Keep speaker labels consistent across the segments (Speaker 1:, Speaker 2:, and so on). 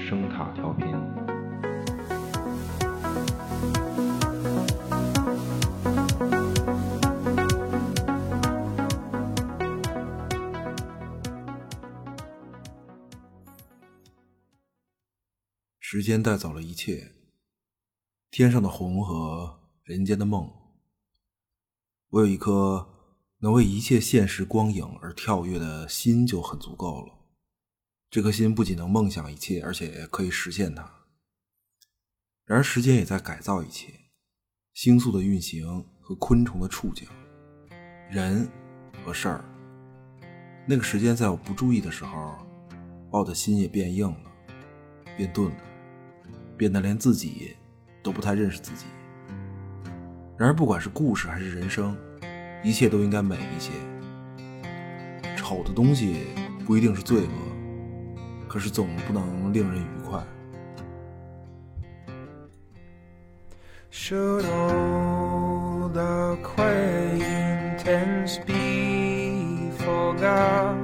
Speaker 1: 声塔调频。
Speaker 2: 时间带走了一切，天上的红和人间的梦。我有一颗能为一切现实光影而跳跃的心，就很足够了。这颗心不仅能梦想一切，而且可以实现它。然而，时间也在改造一切，星宿的运行和昆虫的触角，人和事儿。那个时间，在我不注意的时候，把我的心也变硬了，变钝了，变得连自己都不太认识自己。然而，不管是故事还是人生，一切都应该美一些。丑的东西不一定是罪恶。可是总不能令人愉快。
Speaker 3: Should all the acquaintance be forgot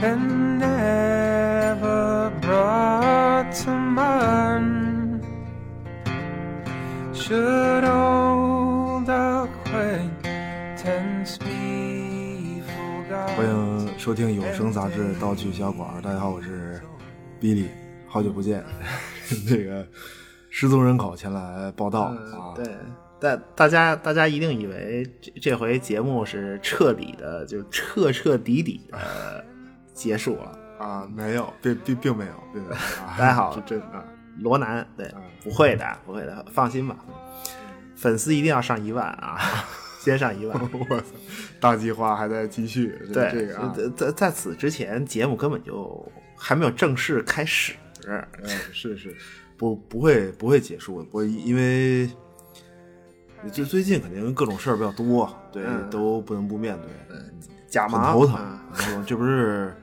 Speaker 3: and never brought to mind? Should all the acquaintance be
Speaker 2: 欢
Speaker 3: forgot?
Speaker 2: 迎收听有声杂志《道具小馆儿》，大家好，我是 Billy，好久不见。 这个失踪人口前来报道、啊，
Speaker 4: 嗯对，但大家大家一定以为这这回节目是彻底的，就彻彻底底的结束了。
Speaker 2: 啊，没有，并并并没有，并 没有。啊
Speaker 4: 大家好
Speaker 2: 是真的。
Speaker 4: 罗南，对，
Speaker 2: 嗯
Speaker 4: 不会的，不会的，放心吧，粉丝一定要上一万啊， 先上一万。
Speaker 2: 我操，大计划还在继续。这
Speaker 4: 对，
Speaker 2: 这个啊，
Speaker 4: 在在在此之前，节目根本就还没有正式开始。
Speaker 2: 嗯，是是，不不会不会结束的，不会因为最最近肯定各种事儿比较多，对，
Speaker 4: 嗯
Speaker 2: 都不能不面对。
Speaker 4: 假
Speaker 2: 很
Speaker 4: 麻
Speaker 2: 头疼
Speaker 4: 啊，
Speaker 2: 很头疼。这不是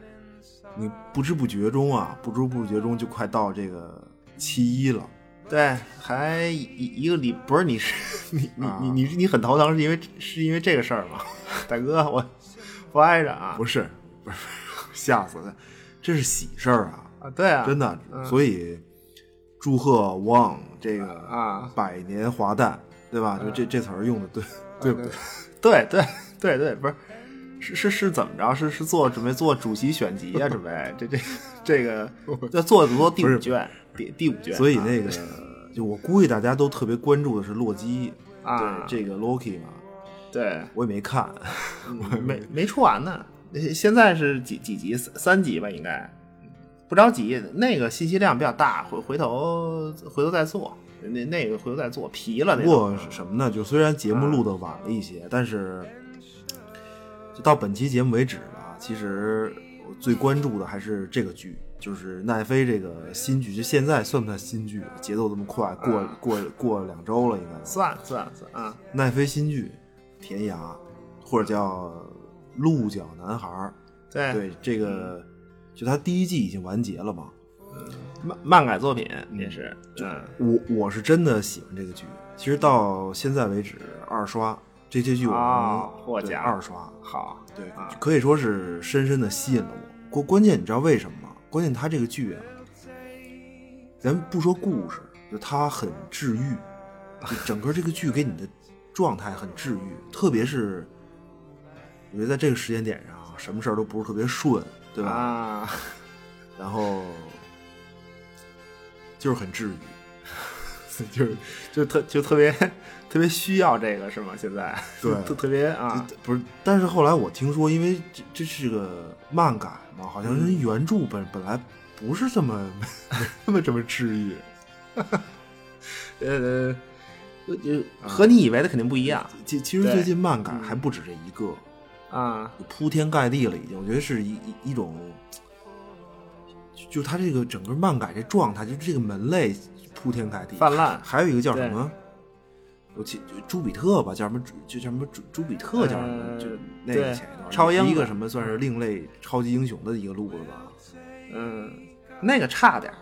Speaker 2: 你不知不觉中啊，不知不觉中就快到这个七一了。
Speaker 4: 对，还一一个礼不是你是你你
Speaker 2: 啊
Speaker 4: 你你你很头疼，是因为是因为这个事儿吗？ 大哥，我 不挨着啊，
Speaker 2: 不是，不是， 吓死了！这是喜事儿啊，
Speaker 4: 啊，对啊，
Speaker 2: 真的。所以祝贺旺这个
Speaker 4: 啊嗯
Speaker 2: 百年华诞，对吧？就这这词儿用的对对不对？
Speaker 4: 对对对对，不是是是是怎么着？是是做准备做主席选集啊，准备这这这个要做做第五卷，第第五卷啊，
Speaker 2: 所以那个就我估计大家都特别关注的是洛基
Speaker 4: 啊
Speaker 2: 对这个 Loki 嘛，
Speaker 4: 对嗯
Speaker 2: 我也没看，
Speaker 4: 没没出完呢，现在是几几集？三三集吧，应该不着急，那个信息量比较大，回回头回头再做，那那个回头再做，疲了那
Speaker 2: 不
Speaker 4: 个。
Speaker 2: 过是什么呢？就虽然节目录的晚了一些，但是就到本期节目为止吧，其实我最关注的还是这个剧，就是奈飞这个新剧。就现在算不算新剧？节奏这么快，过、
Speaker 4: 啊
Speaker 2: 过过两周了，应该是
Speaker 4: 算算算啊，
Speaker 2: 奈飞新剧《天涯》，或者叫《鹿角男孩》。
Speaker 4: 对
Speaker 2: 对，这个
Speaker 4: 嗯
Speaker 2: 就它第一季已经完结了嘛。
Speaker 4: 漫漫改作品也是，嗯
Speaker 2: 我我是真的喜欢这个剧，其实到现在为止二刷这些剧我
Speaker 4: 啊
Speaker 2: 能
Speaker 4: 获
Speaker 2: 对
Speaker 4: 奖
Speaker 2: 二刷，
Speaker 4: 好，
Speaker 2: 对
Speaker 4: 啊，
Speaker 2: 可以说是深深的吸引了我。关关键你知道为什么吗？关键它这个剧啊，咱不说故事，就它很治 愈，就整个这个剧给你的状态很治愈，特别是我觉得在这个时间点上啊，什么事儿都不是特别顺，对吧？
Speaker 4: 啊，
Speaker 2: 然后就是很治愈。
Speaker 4: 就是就特就特别特别需要这个是吗？现在
Speaker 2: 对
Speaker 4: 特特别啊，
Speaker 2: 不是，但是后来我听说，因为这这是个漫改嘛，好像
Speaker 4: 嗯
Speaker 2: 人原著本、本来不是这么 没那么这么治愈，
Speaker 4: 呃，呃和你以为的肯定不一样
Speaker 2: 其其实
Speaker 4: 对嗯
Speaker 2: 最近漫改还不止这一个，
Speaker 4: 啊，
Speaker 2: 铺天盖地了已经。我觉得是一一一种，就就他这个整个漫改这状态，就是这个门类铺天盖地
Speaker 4: 泛滥
Speaker 2: 还有一个叫什么？我记朱比特吧，叫什么朱就叫什么朱朱比特叫什么？
Speaker 4: 呃
Speaker 2: 就那个
Speaker 4: 对
Speaker 2: 前一段
Speaker 4: 超英
Speaker 2: 一个
Speaker 4: 的
Speaker 2: 什么算是另类超级英雄的一个路子吧。
Speaker 4: 嗯，那个差点儿，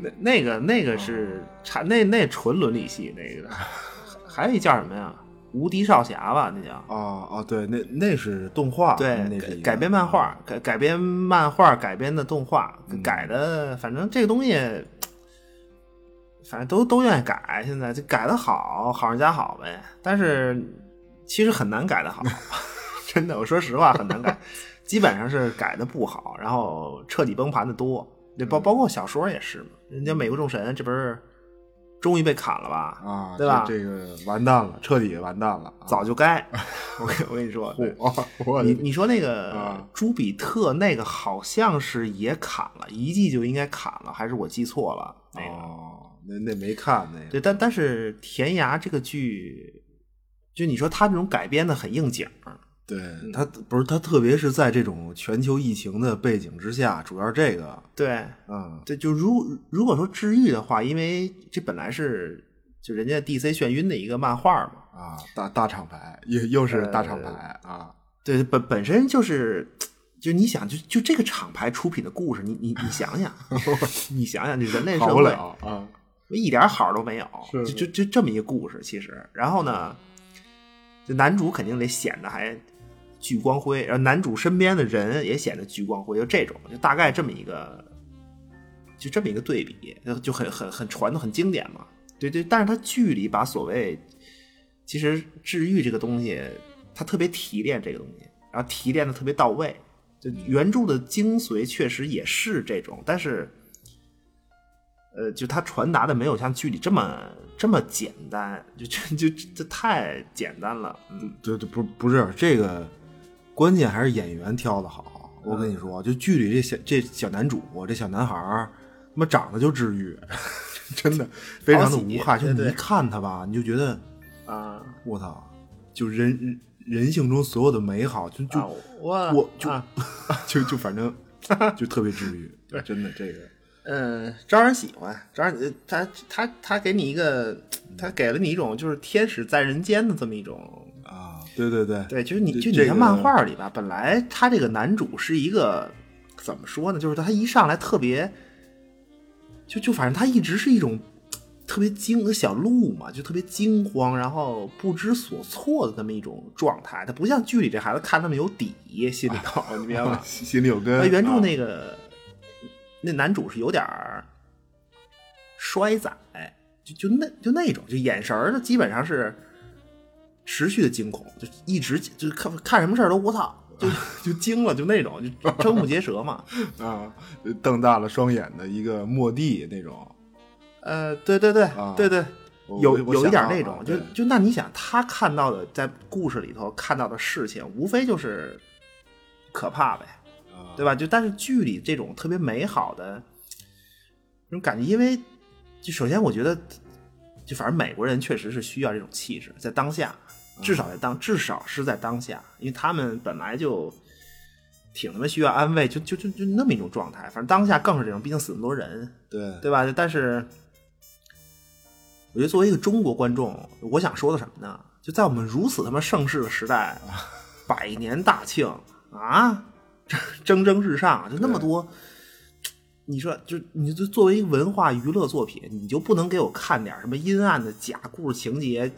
Speaker 4: 那那个那个是差，那那纯伦理系那个的，还有一叫什么呀？无敌少侠吧，那叫。
Speaker 2: 哦哦，对，那那是动画，那
Speaker 4: 对，
Speaker 2: 是一个
Speaker 4: 改改编漫画，改改编漫画改编的动画，
Speaker 2: 嗯
Speaker 4: 改的，反正这个东西，反正都都愿意改。现在就改的好，好上加好呗。但是其实很难改的好， 真的，我说实话很难改，基本上是改的不好，然后彻底崩盘的多。那
Speaker 2: 嗯
Speaker 4: 包包括小说也是嘛，人家《美国众神》这不是终于被砍了吧？
Speaker 2: 啊，
Speaker 4: 对吧
Speaker 2: 这这个完蛋了，彻底完蛋了，
Speaker 4: 早就该， 我跟我跟你说，对
Speaker 2: 我 我
Speaker 4: 你你说那个、
Speaker 2: 啊
Speaker 4: 朱比特那个好像是也砍了，一季就应该砍了，还是我记错了？那个、
Speaker 2: 哦，那那没看那个，
Speaker 4: 对，但但是《天涯》这个剧，就你说他这种改编的很应景儿，嗯
Speaker 2: 对他不是他，特别是在这种全球疫情的背景之下，主要是这个，
Speaker 4: 对
Speaker 2: 嗯
Speaker 4: 对，就如如果说治愈的话，因为这本来是就人家 DC 眩晕的一个漫画嘛，
Speaker 2: 啊，大大厂牌，又又是大厂
Speaker 4: 呃
Speaker 2: 牌啊，
Speaker 4: 对，本本身就是，就你想，就就这个厂牌出品的故事，你你你想想， 你想想，你人类社
Speaker 2: 好不
Speaker 4: 会
Speaker 2: 了啊，
Speaker 4: 一点好都没有，
Speaker 2: 是是
Speaker 4: 就就就这么一个故事，其实，然后呢，这男主肯定得显得还聚光辉，然后男主身边的人也显得聚光辉，就这种，就大概这么一个，就这么一个对比，就就很很很传统、很经典嘛。对对，但是他剧里把所谓其实治愈这个东西，他特别提炼这个东西，然后提炼的特别到位。就原著的精髓确实也是这种，但是，呃，就他传达的没有像剧里这么这么简单，就就就这这太简单了。嗯，
Speaker 2: 对对，不不是这个，关键还是演员挑的好。我
Speaker 4: 嗯
Speaker 2: 跟你说，就剧里这小这小男主，这小男孩儿，他妈长得就治愈， 真 的非常的无害。
Speaker 4: 讨喜
Speaker 2: 就你
Speaker 4: 对
Speaker 2: 一
Speaker 4: 对
Speaker 2: 看他吧，你就觉得
Speaker 4: 啊，
Speaker 2: 我操，就人人性中所有的美好，就就、
Speaker 4: 啊我
Speaker 2: 我就、
Speaker 4: 啊
Speaker 2: 就就反 正就特别治愈，对，真的这个
Speaker 4: 嗯，招人喜欢，招人呃他他他给你一个，他给了你一种就是天使在人间的这么一种
Speaker 2: 啊，对对对
Speaker 4: 对，就是你
Speaker 2: 这
Speaker 4: 就你
Speaker 2: 这
Speaker 4: 看
Speaker 2: 个
Speaker 4: 漫画里吧，本来他这个男主是一个怎么说呢？就是他一上来特别，就就反正他一直是一种特别惊小鹿嘛，就特别惊慌，然后不知所措的这么一种状态。他不像剧里这孩子看那么有底，心里 头、你明白吗？
Speaker 2: 心心里有根
Speaker 4: 呃，。原著
Speaker 2: 啊
Speaker 4: 那个、那男主是有点儿衰仔，就就那就那种，就眼神儿呢基本上是持续的惊恐，就一直就看看什么事儿都我操，就就惊了，就那种， 就瞠目结舌嘛。
Speaker 2: 啊，瞪大了双眼的一个莫蒂那种，
Speaker 4: 呃，对对对、
Speaker 2: 啊
Speaker 4: 对对，
Speaker 2: 我
Speaker 4: 有
Speaker 2: 我我
Speaker 4: 有一
Speaker 2: 想
Speaker 4: 点
Speaker 2: 到
Speaker 4: 那
Speaker 2: 了
Speaker 4: 种，就
Speaker 2: 对
Speaker 4: 就那你想，他看到的在故事里头看到的事情，无非就是可怕呗。
Speaker 2: 啊
Speaker 4: 对吧？就但是剧里这种特别美好的这种感觉，因为就首先我觉得，就反正美国人确实是需要这种气质，在当下，至少在当至少是在当下，因为他们本来就挺他妈需要安慰，就就就就那么一种状态。反正当下更是这种，毕竟死那么多人，
Speaker 2: 对
Speaker 4: 对吧？但是，我觉得作为一个中国观众，我想说的什么呢？就在我们如此他妈盛世的时代，
Speaker 2: 啊
Speaker 4: 百年大庆啊， 蒸蒸日上，就那么多。你说，就你就作为一个文化娱乐作品，你就不能给我看点什么阴暗的假故事 情节，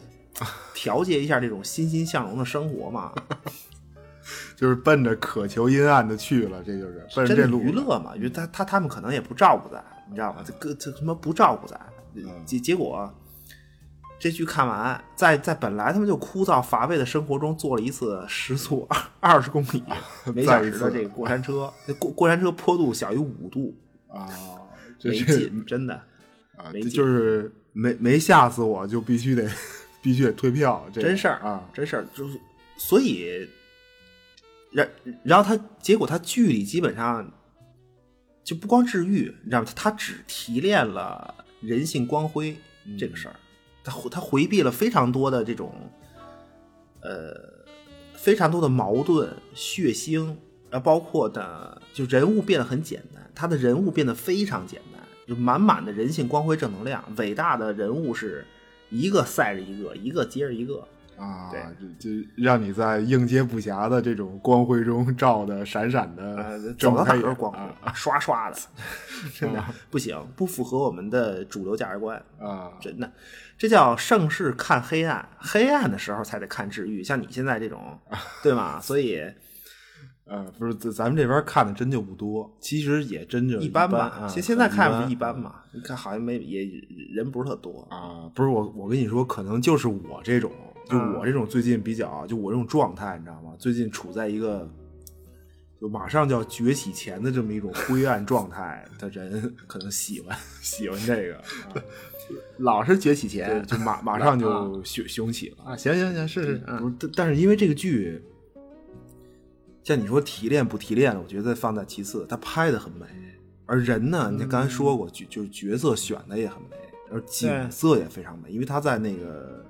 Speaker 4: 调节一下这种欣欣向荣的生活吗？
Speaker 2: 嗯就是奔着渴求阴暗的去了，这就是奔着
Speaker 4: 真
Speaker 2: 这
Speaker 4: 的
Speaker 2: 路
Speaker 4: 娱
Speaker 2: 了
Speaker 4: 乐嘛，因为他他他们可能也不照顾咱，你知道吗？这个这他妈不照顾咱，结结果这剧看完，在在本来他们就枯燥乏味的生活中做了一次 时速二十公里每小时的这个过山车，这过过山车坡度小于五度，
Speaker 2: 啊，这
Speaker 4: 没
Speaker 2: 这
Speaker 4: 劲，真的
Speaker 2: 啊，
Speaker 4: 没
Speaker 2: 这
Speaker 4: 劲
Speaker 2: 就是没没吓死我就必须得必须得退票，这个
Speaker 4: 真事儿
Speaker 2: 啊，
Speaker 4: 真事儿就是所以，然然后他结果他剧里基本上就不光治愈，你知道吗？他他只提炼了人性光辉这个事儿，他回他回避了非常多的这种，呃，非常多的矛盾、血腥，呃，包括的就人物变得很简单，他的人物变得非常简单，就满满的人性光辉正能量，伟大的人物是一个赛着一个，一个接着一个，
Speaker 2: 啊，
Speaker 4: 对
Speaker 2: 这这让你在应接不暇的这种光辉中照的闪闪的
Speaker 4: 呃，，
Speaker 2: 睁
Speaker 4: 走
Speaker 2: 不
Speaker 4: 到
Speaker 2: 开啊
Speaker 4: 哪
Speaker 2: 眼啊
Speaker 4: 都是光辉，刷 刷的，真的不行，不符合我们的主流价值观，
Speaker 2: 啊，
Speaker 4: 真的，这叫盛世看黑暗，黑暗的时候才得看治愈，像你现在 这种，对吗？所以
Speaker 2: 呃，不是，咱咱们这边看的真就不多，其实也真就
Speaker 4: 一
Speaker 2: 般
Speaker 4: 般吧，
Speaker 2: 啊
Speaker 4: 其实现在看不是一
Speaker 2: 一
Speaker 4: 般嘛，你看好像没也人不是特多，
Speaker 2: 啊，不是我，我跟你说，可能就是我这种，就
Speaker 4: 嗯
Speaker 2: 我这种最近比较，就我这种状态，你知道吗？最近处在一个就马上就要崛起前的这么一种灰暗状态的人，可能喜欢 喜欢这 个，
Speaker 4: 老是崛起
Speaker 2: 啊、
Speaker 4: 前
Speaker 2: 就 马马上就雄雄起了。
Speaker 4: 啊，行行行，是是，
Speaker 2: 不
Speaker 4: 嗯
Speaker 2: 是，但但是因为这个剧，像你说提炼不提炼，我觉得放在其次，它拍的很美，而人呢，你
Speaker 4: 嗯
Speaker 2: 刚才说过，就就是角色选的也很美，而景色也非常美，因为他在那个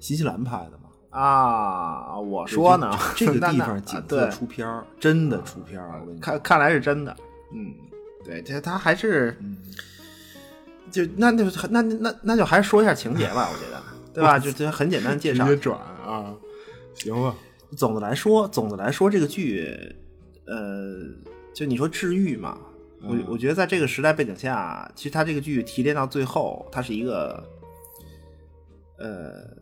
Speaker 2: 新西兰拍的 嘛。
Speaker 4: 啊，我说呢，
Speaker 2: 这这个
Speaker 4: 那
Speaker 2: 地
Speaker 4: 那
Speaker 2: 方
Speaker 4: 啊
Speaker 2: 景色
Speaker 4: 对
Speaker 2: 出片儿，真的出片儿。我跟你
Speaker 4: 看
Speaker 2: 说，
Speaker 4: 看来是真的，嗯，对，他他还是，就那就那那那那就还是说一下情节吧，我觉得，对 吧？就就很简单介
Speaker 2: 直
Speaker 4: 绍，
Speaker 2: 接转啊，行吧，
Speaker 4: 总的来说，总的来说，这个剧，呃，就你说治愈嘛，我
Speaker 2: 嗯
Speaker 4: 我觉得在这个时代背景下，其实它这个剧提炼到最后，它是一个，呃，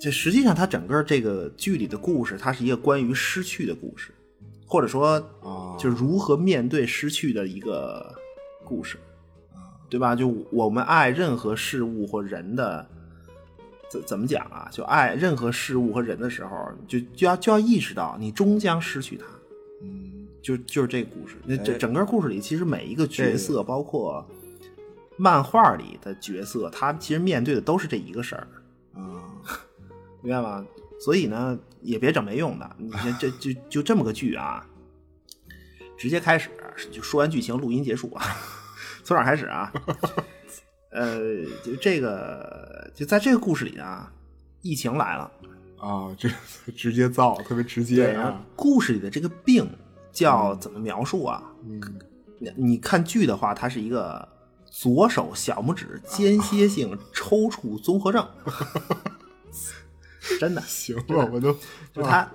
Speaker 4: 就实际上它整个这个剧里的故事，它是一个关于失去的故事，或者说
Speaker 2: 啊，
Speaker 4: 就如何面对失去的一个故事，对吧？就我们爱任何事物或人的，怎怎么讲啊？就爱任何事物和人的时候，就就要就要意识到你终将失去它。
Speaker 2: 嗯，
Speaker 4: 就就是这个故事，那
Speaker 2: 哎
Speaker 4: 整整个故事里，其实每一个角
Speaker 2: 这
Speaker 4: 色，包括漫画里的角色，他其实面对的都是这一个事儿。
Speaker 2: 啊，
Speaker 4: 明白吗？所以呢，也别整没用的，你这这就就这么个剧啊，直接开始就说完剧情，录音结束啊， 从哪儿开始啊？ 呃，就这个就在这个故事里呢，疫情来了，
Speaker 2: 啊，这 直接造，特别直接
Speaker 4: 对，
Speaker 2: 啊，
Speaker 4: 故事里的这个病叫怎么描述啊？
Speaker 2: 嗯，
Speaker 4: 你你看剧的话，它是一个左手小拇指间歇性抽搐综合症，真的
Speaker 2: 行
Speaker 4: 啊
Speaker 2: 吧，我都
Speaker 4: 就他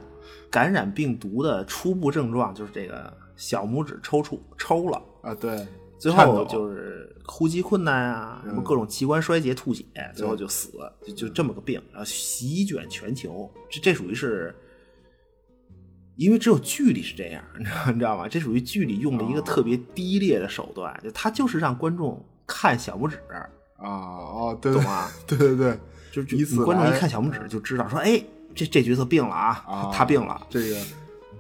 Speaker 4: 感染病毒的初步症状就是这个小拇指抽搐抽了，
Speaker 2: 啊，对，
Speaker 4: 最
Speaker 2: 颤抖嗯
Speaker 4: 后就是呼吸困难啊，什么各种器官衰竭、吐血，最后就死，就就这么个病，然后席卷全球，这这属于是。因为只有剧里是这样，你知道你知道吗？这属于剧里用的一
Speaker 2: 哦
Speaker 4: 个特别低劣的手段，就他就是让观众看小拇指，
Speaker 2: 啊，哦，对，
Speaker 4: 懂吗？
Speaker 2: 对对对，
Speaker 4: 就
Speaker 2: 以
Speaker 4: 是
Speaker 2: 此
Speaker 4: 观众一
Speaker 2: 来嗯
Speaker 4: 看小拇指就知道说，哎，这这角色病了啊，
Speaker 2: 啊，
Speaker 4: 他病了，
Speaker 2: 这个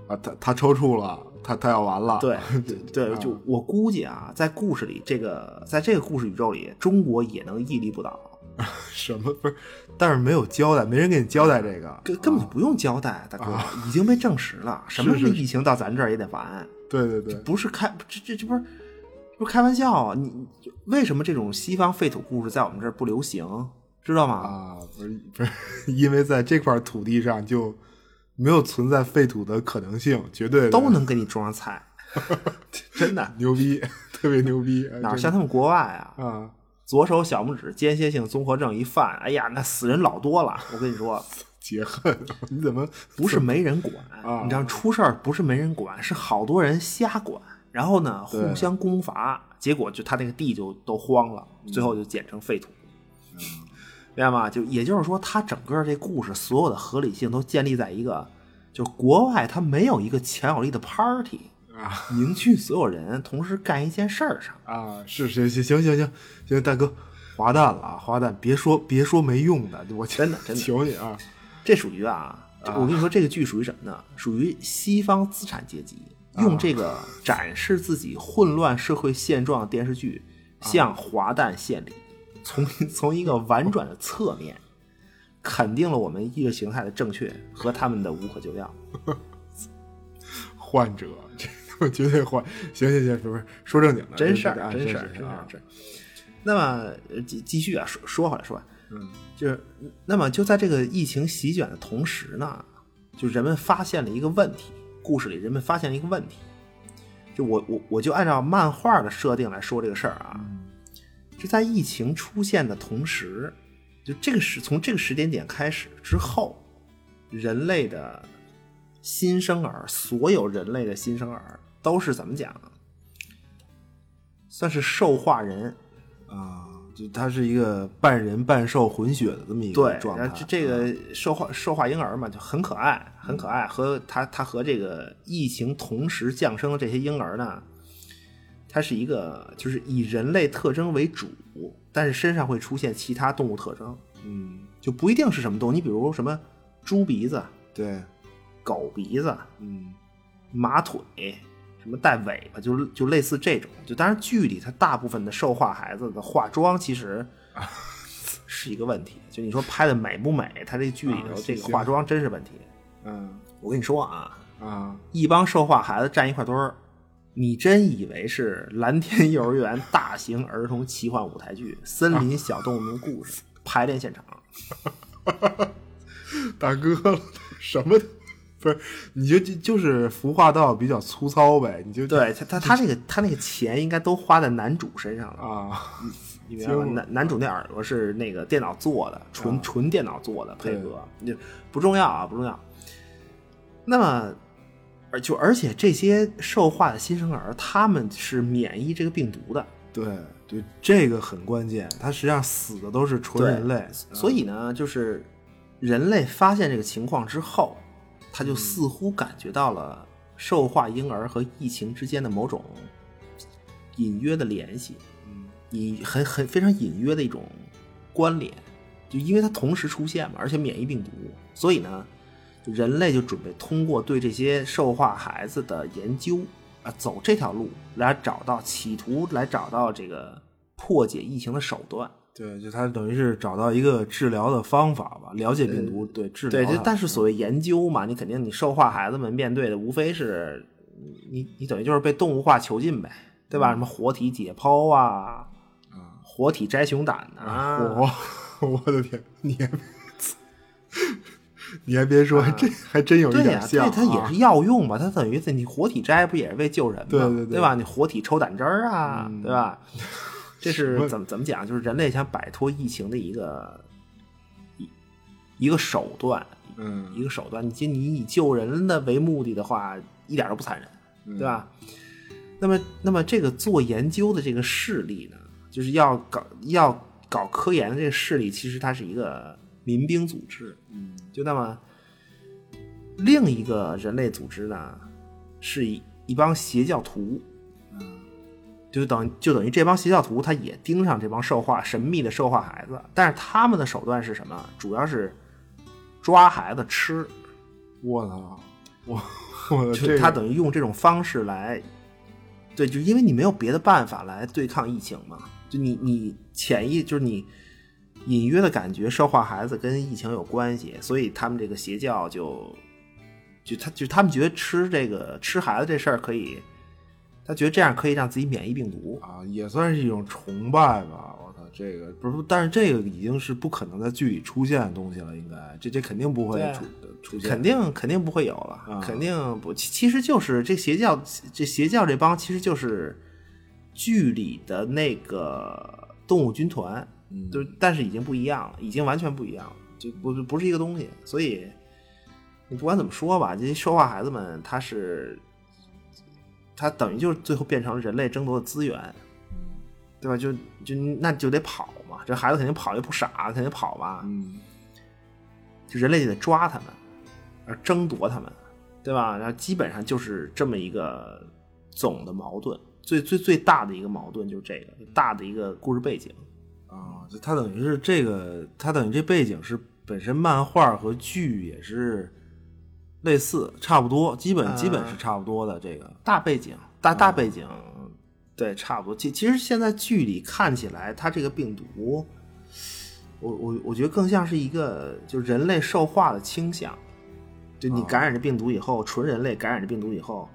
Speaker 2: 啊，他他抽搐了，他他要完了，
Speaker 4: 对
Speaker 2: 这
Speaker 4: 对，
Speaker 2: 啊
Speaker 4: 就我估计啊，在故事里，这个在这个故事宇宙里，中国也能屹立不倒，
Speaker 2: 什么不是，但是没有交代，没人给你交代这个，
Speaker 4: 根根本就不用交代，大哥，已经被证实了，什么
Speaker 2: 啊是是
Speaker 4: 疫情到咱这儿也得完，
Speaker 2: 对对对，
Speaker 4: 不是开这这这不是这不是开玩笑啊！你你为什么这种西方废土故事在我们这儿不流行，知道吗？
Speaker 2: 啊，不是不是，因为在这块土地上就没有存在废土的可能性，绝对的
Speaker 4: 都能给你种 上菜，真的，
Speaker 2: 牛逼，特别牛逼，哎
Speaker 4: 哪
Speaker 2: 真
Speaker 4: 像他们国外啊？
Speaker 2: 的啊，
Speaker 4: 左手小拇指间歇性综合症一犯，哎呀，那死人老多了，我跟你 说。
Speaker 2: 解恨，你怎么
Speaker 4: 不是没人管，
Speaker 2: 啊
Speaker 4: 你知道出事儿不是没人管，是好多人瞎管，然后呢
Speaker 2: 对
Speaker 4: 互相攻伐，结果就他那个地就都荒了，最后就剪成废土，嗯明白吗？就也就是说，他整个这故事所有的合理性都建立在一个，就是国外他没有一个强有力的 party
Speaker 2: 啊
Speaker 4: 凝聚所有人同时干一件事儿上。
Speaker 2: 啊？是行行行行行行，大哥。滑蛋了啊！滑蛋，别说别说没用的，我
Speaker 4: 真的真的
Speaker 2: 求你啊！
Speaker 4: 这属于啊，这我跟你说，这个剧属于什么呢？属于西方资产阶级用这个展示自己混乱社会现状的电视剧，向华诞献礼，从从一个 婉转的侧面，肯定了我们意识形态的正确和他们的无可救药。
Speaker 2: 患者，这我绝对患。行行行，不是说正经的，
Speaker 4: 真事
Speaker 2: 这
Speaker 4: 儿，
Speaker 2: 啊
Speaker 4: 真
Speaker 2: 真
Speaker 4: 事儿，真
Speaker 2: 是
Speaker 4: 事
Speaker 2: 啊
Speaker 4: 儿，真事儿。那么呃继继续啊，说说回来，说回来，嗯，就是那么就在这个疫情席卷的同时呢，就人们发现了一个问题，故事里人们发现了一个问题，就我我我就按照漫画的设定来说这个事儿啊，就在疫情出现的同时，就这个时从这个时间点开始之后，人类的新生儿，所有人类的新生儿都是怎么讲啊？算是兽化人，
Speaker 2: 啊，就它是一个半人半兽混血的这么一个
Speaker 4: 对，
Speaker 2: 状态。嗯
Speaker 4: 然后这这个兽化兽化婴儿嘛，就很可爱，很可爱。和它它和这个疫情同时降生的这些婴儿呢，它是一个就是以人类特征为主，但是身上会出现其他动物特征，
Speaker 2: 嗯，
Speaker 4: 就不一定是什么动物。你比如什么猪鼻子、
Speaker 2: 对，
Speaker 4: 狗鼻子、
Speaker 2: 嗯
Speaker 4: 马腿，什么带尾巴，就就类似这种。就当然剧里它大部分的兽化孩子的化妆其实是一个问题，就你说拍的美不美，它这剧里头
Speaker 2: 啊
Speaker 4: 这个
Speaker 2: 行
Speaker 4: 化妆真是问题。
Speaker 2: 嗯
Speaker 4: 我跟你说啊，
Speaker 2: 啊，
Speaker 4: 一帮兽化孩子站一块堆儿。你真以为是蓝天幼儿园大型儿童奇幻舞台剧《森林小动物们的故事》排练现场？
Speaker 2: 大哥了，什么都不是？你就就就是服化道比较粗糙呗，你就
Speaker 4: 对他，他他那个他那个钱应该都花在男主身上了。
Speaker 2: 啊，
Speaker 4: 你明白吗？男男主那耳朵是那个电脑做的，纯、纯电脑做的配合，就不重要啊，不重要。那么，而就而且这些受化的新生儿，他们是免疫这个病毒的，
Speaker 2: 对对，这个很关键，它实际上死的都是纯
Speaker 4: 对
Speaker 2: 人类，嗯
Speaker 4: 所以呢，就是人类发现这个情况之后，他就似乎感觉到了受化婴儿和疫情之间的某种隐约的联系，以很很非常隐约的一种关联，就因为它同时出现嘛，而且免疫病毒，所以呢，人类就准备通过对这些受化孩子的研究啊，走这条路来找到企图来找到这个破解疫情的手段。
Speaker 2: 对，就它等于是找到一个治疗的方法吧，了解病毒，对治疗
Speaker 4: 呃
Speaker 2: 嗯
Speaker 4: 对，
Speaker 2: 它。
Speaker 4: 就但是所谓研究嘛，你肯定你兽化孩子们面对的无非是你你你等于就是被动物化囚禁呗，对
Speaker 2: 嗯
Speaker 4: 吧？什么活体解剖啊，活体摘熊胆啊，
Speaker 2: 我 我的天，你还 你还别说，这还真有一
Speaker 4: 啊对
Speaker 2: 点
Speaker 4: 呀、
Speaker 2: 像、
Speaker 4: 对，
Speaker 2: 啊，
Speaker 4: 它也是药用嘛，它等于是你活体摘不也是为救人嘛，
Speaker 2: 对对对嗯
Speaker 4: 吧？你活体抽胆汁儿啊，对吧？这是怎么怎么讲？就是人类想摆脱疫情的一个一一个手段，
Speaker 2: 嗯
Speaker 4: 一个手段。你就你以救人的为目的的话，一点都不残
Speaker 2: 嗯
Speaker 4: 忍，对吧？那么，那么这个做研究的这个势力呢，就是要搞要搞科研的这个势力，其实它是一个民兵组织，嗯，就那么另一个人类组织呢，是一一帮邪教徒，就等于就等于这帮邪教徒他也盯上这帮兽化神秘的兽化孩子，但是他们的手段是什么？主要是抓孩子吃，
Speaker 2: 我操，我我的
Speaker 4: 就
Speaker 2: 呃这
Speaker 4: 是他
Speaker 2: 个
Speaker 4: 等于用这种方式来，对，就因为你没有别的办法来对抗疫情嘛，就你你潜意就是你隐约的感觉兽化孩子跟疫情有关系，所以他们这个邪教就就他就他们觉得吃这个吃孩子这事儿可以，他觉得这样可以让自己免疫病毒，
Speaker 2: 啊，也算是一种崇拜吧。我操，这个不是，但是这个已经是不可能在剧里出现的东西了，应该这这肯定不会
Speaker 4: 对
Speaker 2: 出呃出现，
Speaker 4: 肯定肯定不会有了，
Speaker 2: 啊
Speaker 4: 肯定不，其其实就是这邪教，这邪教这帮其实就是剧里的那个动物军团，
Speaker 2: 嗯
Speaker 4: 就但是已经不一样了，已经完全不一样了，就不不是一个东西。所以你不管怎么说吧，这些兽化孩子们，他是他等于就是最后变成人类争夺的资源，对吧？就就那就得跑嘛，这孩子肯定跑，又不傻，肯定跑嘛。
Speaker 2: 嗯
Speaker 4: 就人类就得抓他们，而争夺他们，对吧？然后基本上就是这么一个总的矛盾，最最最大的一个矛盾就是这个大的一个故事背景。
Speaker 2: 啊，就他等于是这个，他等于这背景是本身漫画和剧也是类似，差不多，基本基本是差不多的这个。
Speaker 4: 啊大背景，嗯大大背景，对，差不多。其其实现在剧里看起来，它这个病毒，我我我觉得更像是一个就人类兽化的倾向。就你感染这病毒以后，纯人类感染这病毒以后，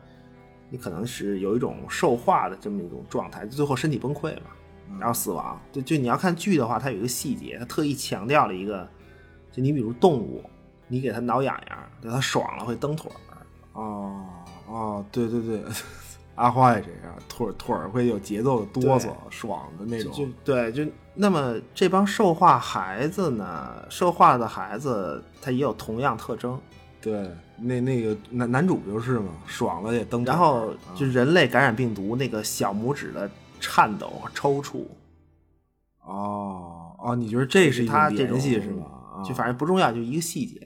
Speaker 4: 你可能是有一种兽化的这么一种状态，最后身体崩溃嘛，
Speaker 2: 嗯
Speaker 4: 然后死亡。就就你要看剧的话，它有一个细节，它特意强调了一个，就你比如动物，你给它
Speaker 2: 哦
Speaker 4: 挠痒痒，对它爽了会蹬腿儿，
Speaker 2: 哦哦，对对对， 阿花也这样，腿腿儿会有节奏的哆嗦，爽的那
Speaker 4: 就就
Speaker 2: 种。
Speaker 4: 对，就那么这帮受化孩子呢，受化的孩子他也有同样特征，
Speaker 2: 对，那那个男男主就是嘛，爽了也蹬腿儿。
Speaker 4: 然后
Speaker 2: 啊
Speaker 4: 就人类感染病毒那个小拇指的颤抖、啊抽搐，
Speaker 2: 哦哦，你觉得这是一
Speaker 4: 他这
Speaker 2: 联
Speaker 4: 种
Speaker 2: 系是啊嗯吧？
Speaker 4: 就反正不重要，就一个细节。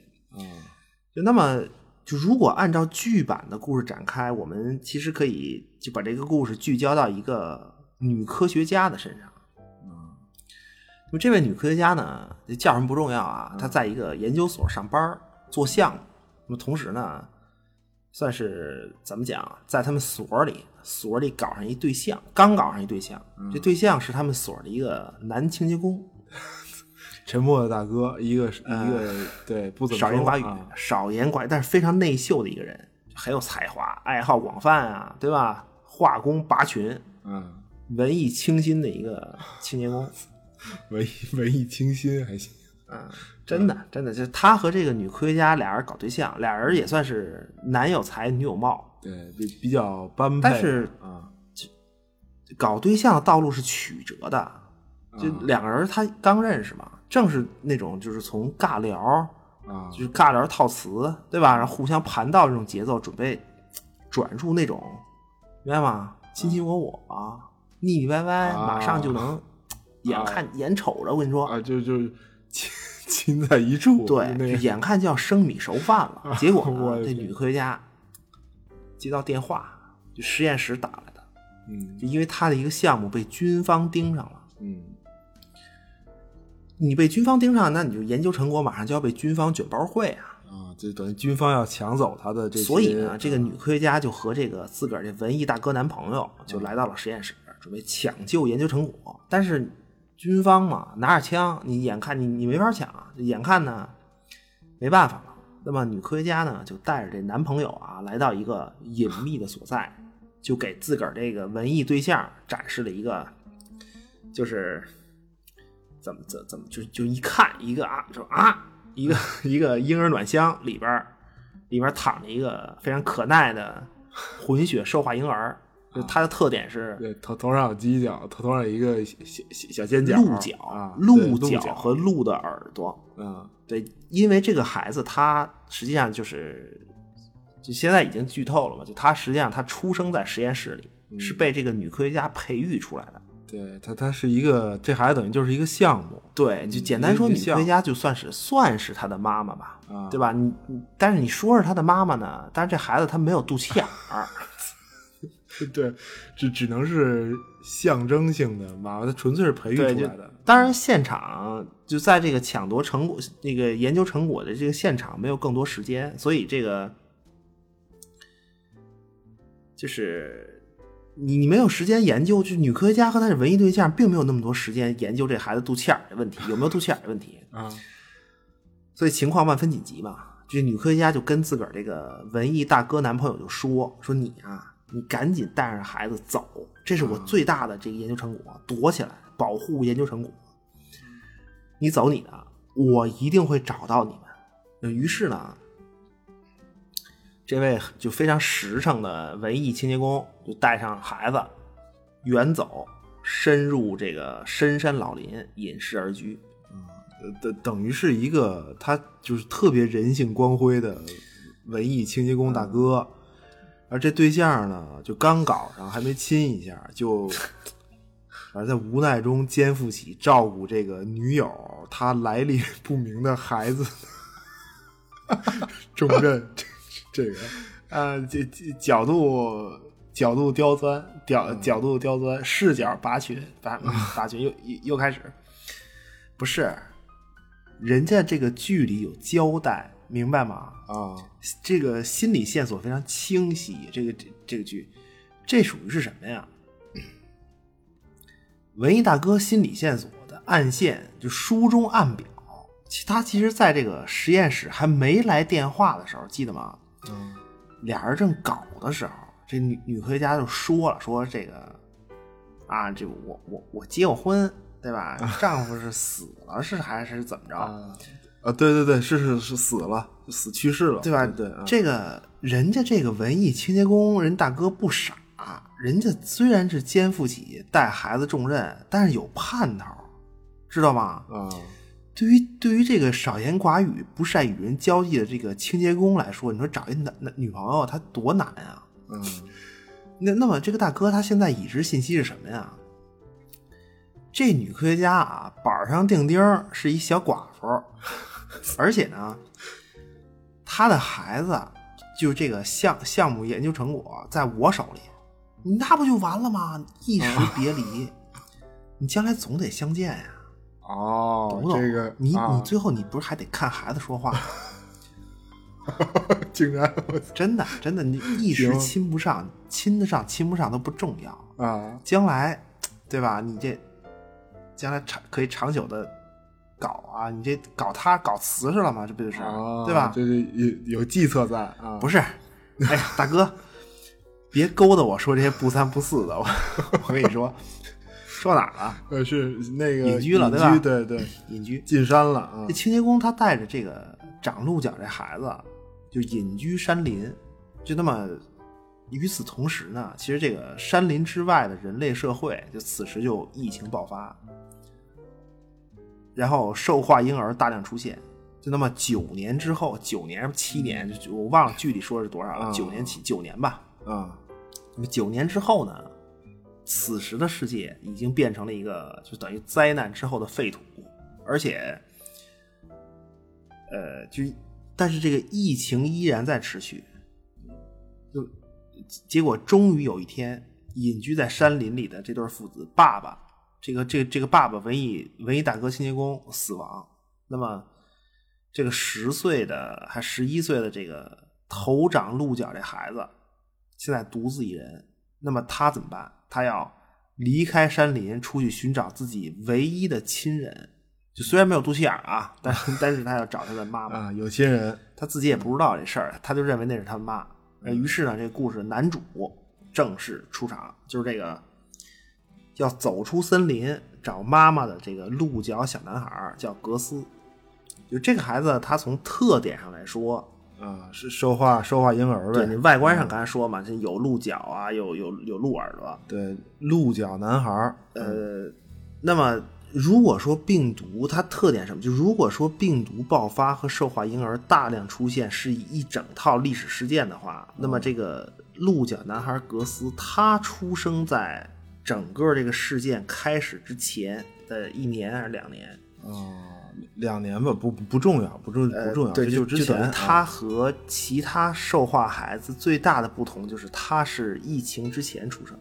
Speaker 2: 正
Speaker 4: 就那么，就如果按照剧版的故事展开，我们其实可以就把这个故事聚焦到一个女科学家的身上。嗯，那么这位女科学家呢，这叫什么不重要啊，她在一个研究所上班儿做项目。那么同时呢，算是怎么讲，啊在他们所里所里搞上一对象，刚搞上一对象，这对象是他们所的一个男清洁工，
Speaker 2: 沉默的大哥，一个是一个对不怎么
Speaker 4: 呃少言
Speaker 2: 说话
Speaker 4: 寡语
Speaker 2: 啊，
Speaker 4: 少言寡语，但是非常内秀的一个人，很有才华，爱好广泛啊，对吧？画工拔群，
Speaker 2: 嗯，
Speaker 4: 文艺清新的一个清洁工，
Speaker 2: 文艺文艺清新还行。
Speaker 4: 嗯，真的真的，就是他和这个女科学家俩人搞对象，俩人也算是男有才女有貌，
Speaker 2: 对，比比较般配。
Speaker 4: 但是
Speaker 2: 啊，
Speaker 4: 搞对象的道路是曲折的，
Speaker 2: 嗯
Speaker 4: 就
Speaker 2: 啊
Speaker 4: 两个人他刚认识嘛，正是那种就是从尬聊
Speaker 2: 啊
Speaker 4: 就是尬聊套词，对吧？然后互相盘道这种节奏，准备转入那种，明白吗？卿卿我我啊，腻腻歪歪，
Speaker 2: 啊
Speaker 4: 马上就能眼看眼瞅着，我跟你说，
Speaker 2: 啊，就就亲亲在一处，
Speaker 4: 对，
Speaker 2: 那
Speaker 4: 就
Speaker 2: 个
Speaker 4: 眼看就要生米熟饭 了。结果
Speaker 2: 我
Speaker 4: 呢，
Speaker 2: 的
Speaker 4: 这
Speaker 2: 天
Speaker 4: 女科学家接到电话，就实验室打来的，
Speaker 2: 嗯
Speaker 4: 就因为她的一个项目被军方盯上了。
Speaker 2: 嗯
Speaker 4: 你被军方盯上，那你就研究成果马上就要被军方卷包会啊！
Speaker 2: 啊，就等于军方要抢走他的这些，嗯
Speaker 4: 所以呢，这个女科学家就和这个自个儿这文艺大哥男朋友
Speaker 2: 嗯
Speaker 4: 就来到了实验室，准备抢救研究成果。但是军方嘛，拿着枪，你眼看你你没法抢，啊眼看呢没办法了。那么女科学家呢，就带着这男朋友啊，来到一个隐秘的所在，就给自个儿这个文艺对象展示了一个，就是怎么怎么怎么就就一看一个啊，就啊一个一个婴儿暖箱里边儿里边儿躺着一个非常可爱的混血兽化婴儿，就它的特点是
Speaker 2: 啊对头头上有犄角，头头上有一个小小小小尖角，
Speaker 4: 鹿角
Speaker 2: 啊，、对
Speaker 4: 鹿
Speaker 2: 鹿
Speaker 4: 角和鹿的耳朵，
Speaker 2: 嗯
Speaker 4: 对，因为这个孩子他实际上就是，就现在已经剧透了嘛，就他实际上他出生在实验室里，
Speaker 2: 嗯
Speaker 4: 是被这个女科学家培育出来的。
Speaker 2: 对他他是一个这孩子等于就是一个项目，
Speaker 4: 对，就简单
Speaker 2: 嗯
Speaker 4: 说，女科学家就算是算是他的妈妈吧，
Speaker 2: 啊
Speaker 4: 对吧？你你但是你说是他的妈妈呢，但是这孩子他没有肚脐眼儿，
Speaker 2: 对，只只能是象征性的妈妈，他纯粹是培育
Speaker 4: 对，
Speaker 2: 出
Speaker 4: 就
Speaker 2: 来的，
Speaker 4: 当然现场就在这个抢夺成果、那个研究成果的这个现场没有更多时间，所以这个就是你你没有时间研究，就是女科学家和她的文艺对象并没有那么多时间研究这孩子肚脐眼儿的问题有没有肚脐眼儿的问题，
Speaker 2: 啊
Speaker 4: 所以情况万分紧急嘛。这女科学家就跟自个儿这个文艺大哥男朋友就说：“说你啊，你赶紧带着孩子走，这是我最大的这个研究成果，躲起来保护研究成果。你走你的，我一定会找到你们。”于是呢，这位就非常实诚的文艺清洁工就带上孩子远走，深入这个深山老林，隐士而居。
Speaker 2: 呃等等于是一个他就是特别人性光辉的文艺清洁工大哥，而这对象呢，就刚搞上还没亲一下，就反正在无奈中肩负起照顾这个女友她来历不明的孩子 重任，这这个
Speaker 4: 呃，这这角度角度刁钻，角角度刁钻，视角拔群，拔拔群又又又开始，不是，人家这个剧里有交代，明白吗？
Speaker 2: 啊
Speaker 4: 这个心理线索非常清晰，这个这这个剧，这属于是什么呀？文艺大哥心理线索的暗线，就书中暗表。其他其实在这个实验室还没来电话的时候，记得吗？俩人正搞的时候，这女女科学家就说了，说这个啊，这我我我结过婚，对吧？丈夫是死了是还是怎么着？
Speaker 2: 啊！对对对，是是是死了，死去世了，
Speaker 4: 对吧？
Speaker 2: 对啊
Speaker 4: 这个人家这个文艺清洁工人大哥不傻，人家虽然是肩负起带孩子重任，但是有盼头，知道吗？
Speaker 2: 啊，
Speaker 4: 对于对于这个少言寡语、不善与人交际的这个清洁工来说，你说找一男男女朋友他多难啊！
Speaker 2: 嗯，
Speaker 4: 那那么这个大哥他现在已知信息是什么呀？这女科学家啊，板上钉钉儿是一小寡妇 儿，而且呢，她的孩子就这个项项目研究成果在我手里，那不就完了吗？一时 别离，你将来总得相见呀、
Speaker 2: 哦，
Speaker 4: 懂不懂？
Speaker 2: 这个
Speaker 4: 你、
Speaker 2: 啊
Speaker 4: 你最后你不是还得看孩子说话吗？
Speaker 2: 竟然
Speaker 4: 真的真 的，你一时
Speaker 2: 行
Speaker 4: 亲不上，亲得上亲不上都不重要。
Speaker 2: 啊，
Speaker 4: 将来，对吧？你这将来长可以长久的搞啊，你这搞他搞瓷实了吗？这不就是、
Speaker 2: 啊
Speaker 4: 对吧？
Speaker 2: 这是有有计策在啊，
Speaker 4: 不
Speaker 2: 是
Speaker 4: 是，哎呀，大哥，别勾搭我说这些不三不四的，我我跟你说，说哪儿了？
Speaker 2: 呃是那个
Speaker 4: 隐居了对吧
Speaker 2: 隐居对对，
Speaker 4: 隐居。
Speaker 2: 进山了啊
Speaker 4: 这，清洁工他带着这个长鹿角这孩子，就隐居山林，就那么。与此同时呢，其实这个山林之外的人类社会，就此时就疫情爆发，然后兽化婴儿大量出现。就那么九年之后，九年七年，就就我忘了具体说是多少了，
Speaker 2: 啊
Speaker 4: 九年七九年吧。
Speaker 2: 啊
Speaker 4: 那么九年之后呢，此时的世界已经变成了一个就等于灾难之后的废土，而且，呃，就但是这个疫情依然在持续，就结果终于有一天，隐居在山林里的这对父子，爸爸这个这个这个爸爸文艺文艺大哥清洁工死亡，那么这个十岁的还十一岁的这个头长鹿角这孩子，现在独自一人，那么他怎么办？他要离开山林，出去寻找自己唯一的亲人。就虽然没有肚脐眼儿啊，但是 但是他要找他的妈妈，
Speaker 2: 啊，有心人
Speaker 4: 他自己也不知道这事儿，他就认为那是他妈。呃于是呢，这故事男主正式出场，就是这个要走出森林找妈妈的这个鹿角小男孩儿叫格斯。就这个孩子，他从特点上来说，
Speaker 2: 啊，是兽化兽化婴儿
Speaker 4: 对你
Speaker 2: 呗，
Speaker 4: 外观上刚才说嘛，这有鹿角啊，有有有鹿耳朵，
Speaker 2: 对，鹿角男孩儿，
Speaker 4: 呃，那么如果说病毒它特点是什么，就如果说病毒爆发和兽化婴儿大量出现是一整套历史事件的话，
Speaker 2: 哦
Speaker 4: 那么这个鹿角男孩格斯他出生在整个这个事件开始之前的一年还是两年，
Speaker 2: 啊，两年吧，不不重要，不重不重要，
Speaker 4: 呃对，
Speaker 2: 这
Speaker 4: 就
Speaker 2: 就之
Speaker 4: 等于
Speaker 2: 前啊
Speaker 4: 他和其他兽化孩子最大的不同就是他是疫情之前出生。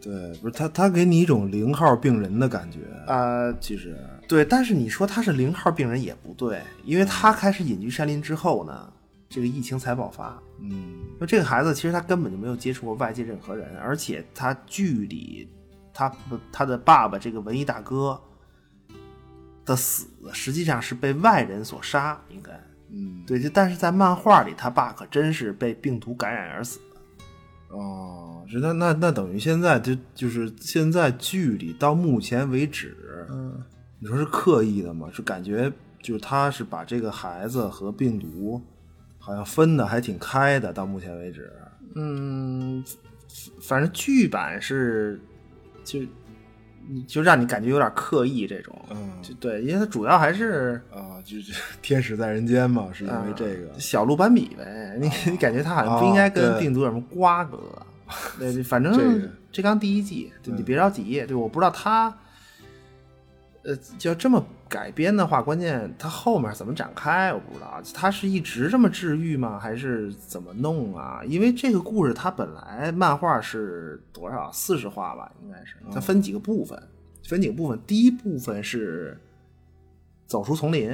Speaker 2: 对，不是他，他给你一种零号病人的感觉啊。
Speaker 4: 呃，
Speaker 2: 其实，
Speaker 4: 对，但是你说他是零号病人也不对，因为他开始隐居山林之后呢，这个疫情才爆发。
Speaker 2: 嗯，
Speaker 4: 那这个孩子其实他根本就没有接触过外界任何人，而且他距离他他的爸爸这个文艺大哥的死，实际上是被外人所杀，应该。
Speaker 2: 嗯，
Speaker 4: 对，就但是在漫画里，他爸可真是被病毒感染而死。
Speaker 2: 哦，是那那那等于现在就就是现在剧里到目前为止，嗯，你说是刻意的吗？是感觉就是他是把这个孩子和病毒好像分的还挺开的，到目前为止，
Speaker 4: 嗯，反正剧版是就你就让你感觉有点刻意这种，
Speaker 2: 嗯
Speaker 4: 就对，因为它主要还是
Speaker 2: 啊，就是天使在人间嘛，是因为这个
Speaker 4: 呃小鹿斑比呗，你、 你感觉它好像不应该
Speaker 2: 啊
Speaker 4: 跟
Speaker 2: 对
Speaker 4: 病毒有什么瓜葛，对，对反正
Speaker 2: 这个嗯
Speaker 4: 这刚第一季，对你别着急，对，我不知道它。呃，就要这么改编的话，关键它后面怎么展开，我不知道。它是一直这么治愈吗，还是怎么弄啊？因为这个故事它本来漫画是多少四十话吧，应该是
Speaker 2: 哦
Speaker 4: 它分几个部分，分几个部分。第一部分是走出丛林，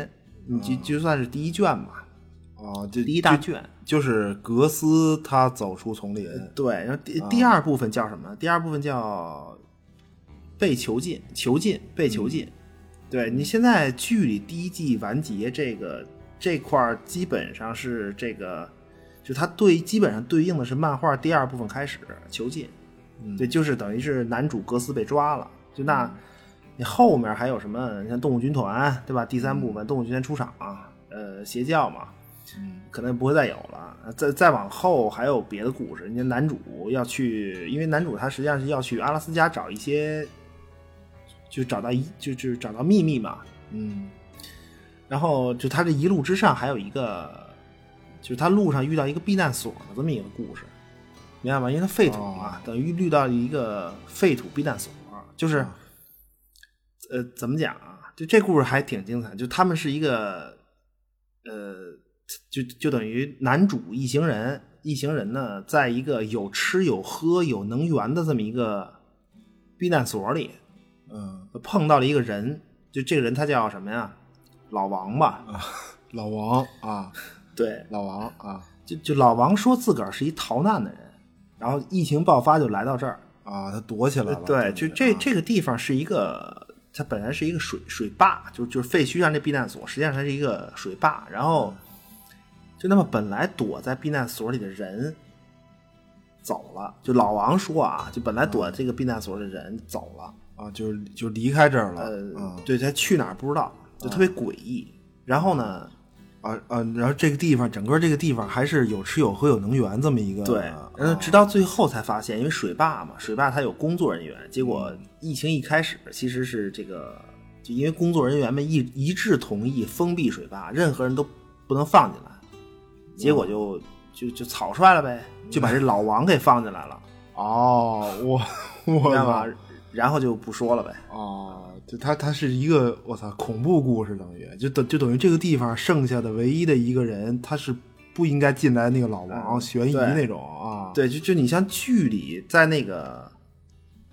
Speaker 4: 你
Speaker 2: 哦
Speaker 4: 就就算是第一卷吧，
Speaker 2: 啊，就
Speaker 4: 第一大卷。
Speaker 2: 就就是格斯他走出丛林，
Speaker 4: 对，然后第第二部分叫什么？第二部分叫被囚禁，囚禁，被囚禁。对你现在剧里第一季完结这个这块儿，基本上是这个，就它对基本上对应的是漫画第二部分开始囚禁。对，就是等于是男主格斯被抓了，就那。你后嗯面还有什么？你看《动物军团》，对吧？第三部分《动物军团》出场，呃，邪教嘛，可能不会再有了。再再往后还有别的故事，人家男主要去，因为男主他实际上是要去阿拉斯加找一些，就找到一就就找到秘密嘛，嗯。然后就他这一路之上还有一个，就是他路上遇到一个避难所的这么一个故事，明白吗？因为他废土嘛，等于遇到一个废土避难所，就是，呃，怎么讲啊？就这故事还挺精彩，就他们是一个，呃，就就等于男主一行人，一行人呢，在一个有吃有喝有能源的这么一个避难所里，
Speaker 2: 嗯，
Speaker 4: 碰到了一个人，就这个人他叫什么呀？老王吧，
Speaker 2: 老王啊，
Speaker 4: 对，
Speaker 2: 老王啊
Speaker 4: 就就老王说自个儿是一逃难的人，然后疫情爆发就来到这儿。
Speaker 2: 啊，他躲起来了。
Speaker 4: 呃对，就
Speaker 2: 这
Speaker 4: 这这个地方是一个，它本来是一个水水坝，就就是废墟上这避难所，实际上它是一个水坝。然后，就那么本来躲在避难所里的人走了，就老王说啊，就本来躲在这个避难所的人走了。
Speaker 2: 啊，就是就离开这儿了。
Speaker 4: 呃
Speaker 2: 啊，
Speaker 4: 对他去哪儿不知道，就特别诡异。然后呢，
Speaker 2: 啊啊，然后这个地方，整个这个地方还是有吃有喝有能源这么一个。呃
Speaker 4: 对，然后直到最后才发现，因为水坝嘛，水坝它有工作人员。结果疫情一开始，其实是这个，就因为工作人员们一一致同意封闭水坝，任何人都不能放进来。结果就就就草率了呗，就把这老王给放进来了，
Speaker 2: 哦，我我
Speaker 4: 知道吗？然后就不说了呗。
Speaker 2: 啊，
Speaker 4: 哦
Speaker 2: 就它它是一个我操恐怖故事，等于就等就等于这个地方剩下的唯一的一个人，他是不应该进来那个老王、
Speaker 4: 嗯
Speaker 2: 悬疑
Speaker 4: 对
Speaker 2: 那种啊。
Speaker 4: 对，就就你像剧里在那个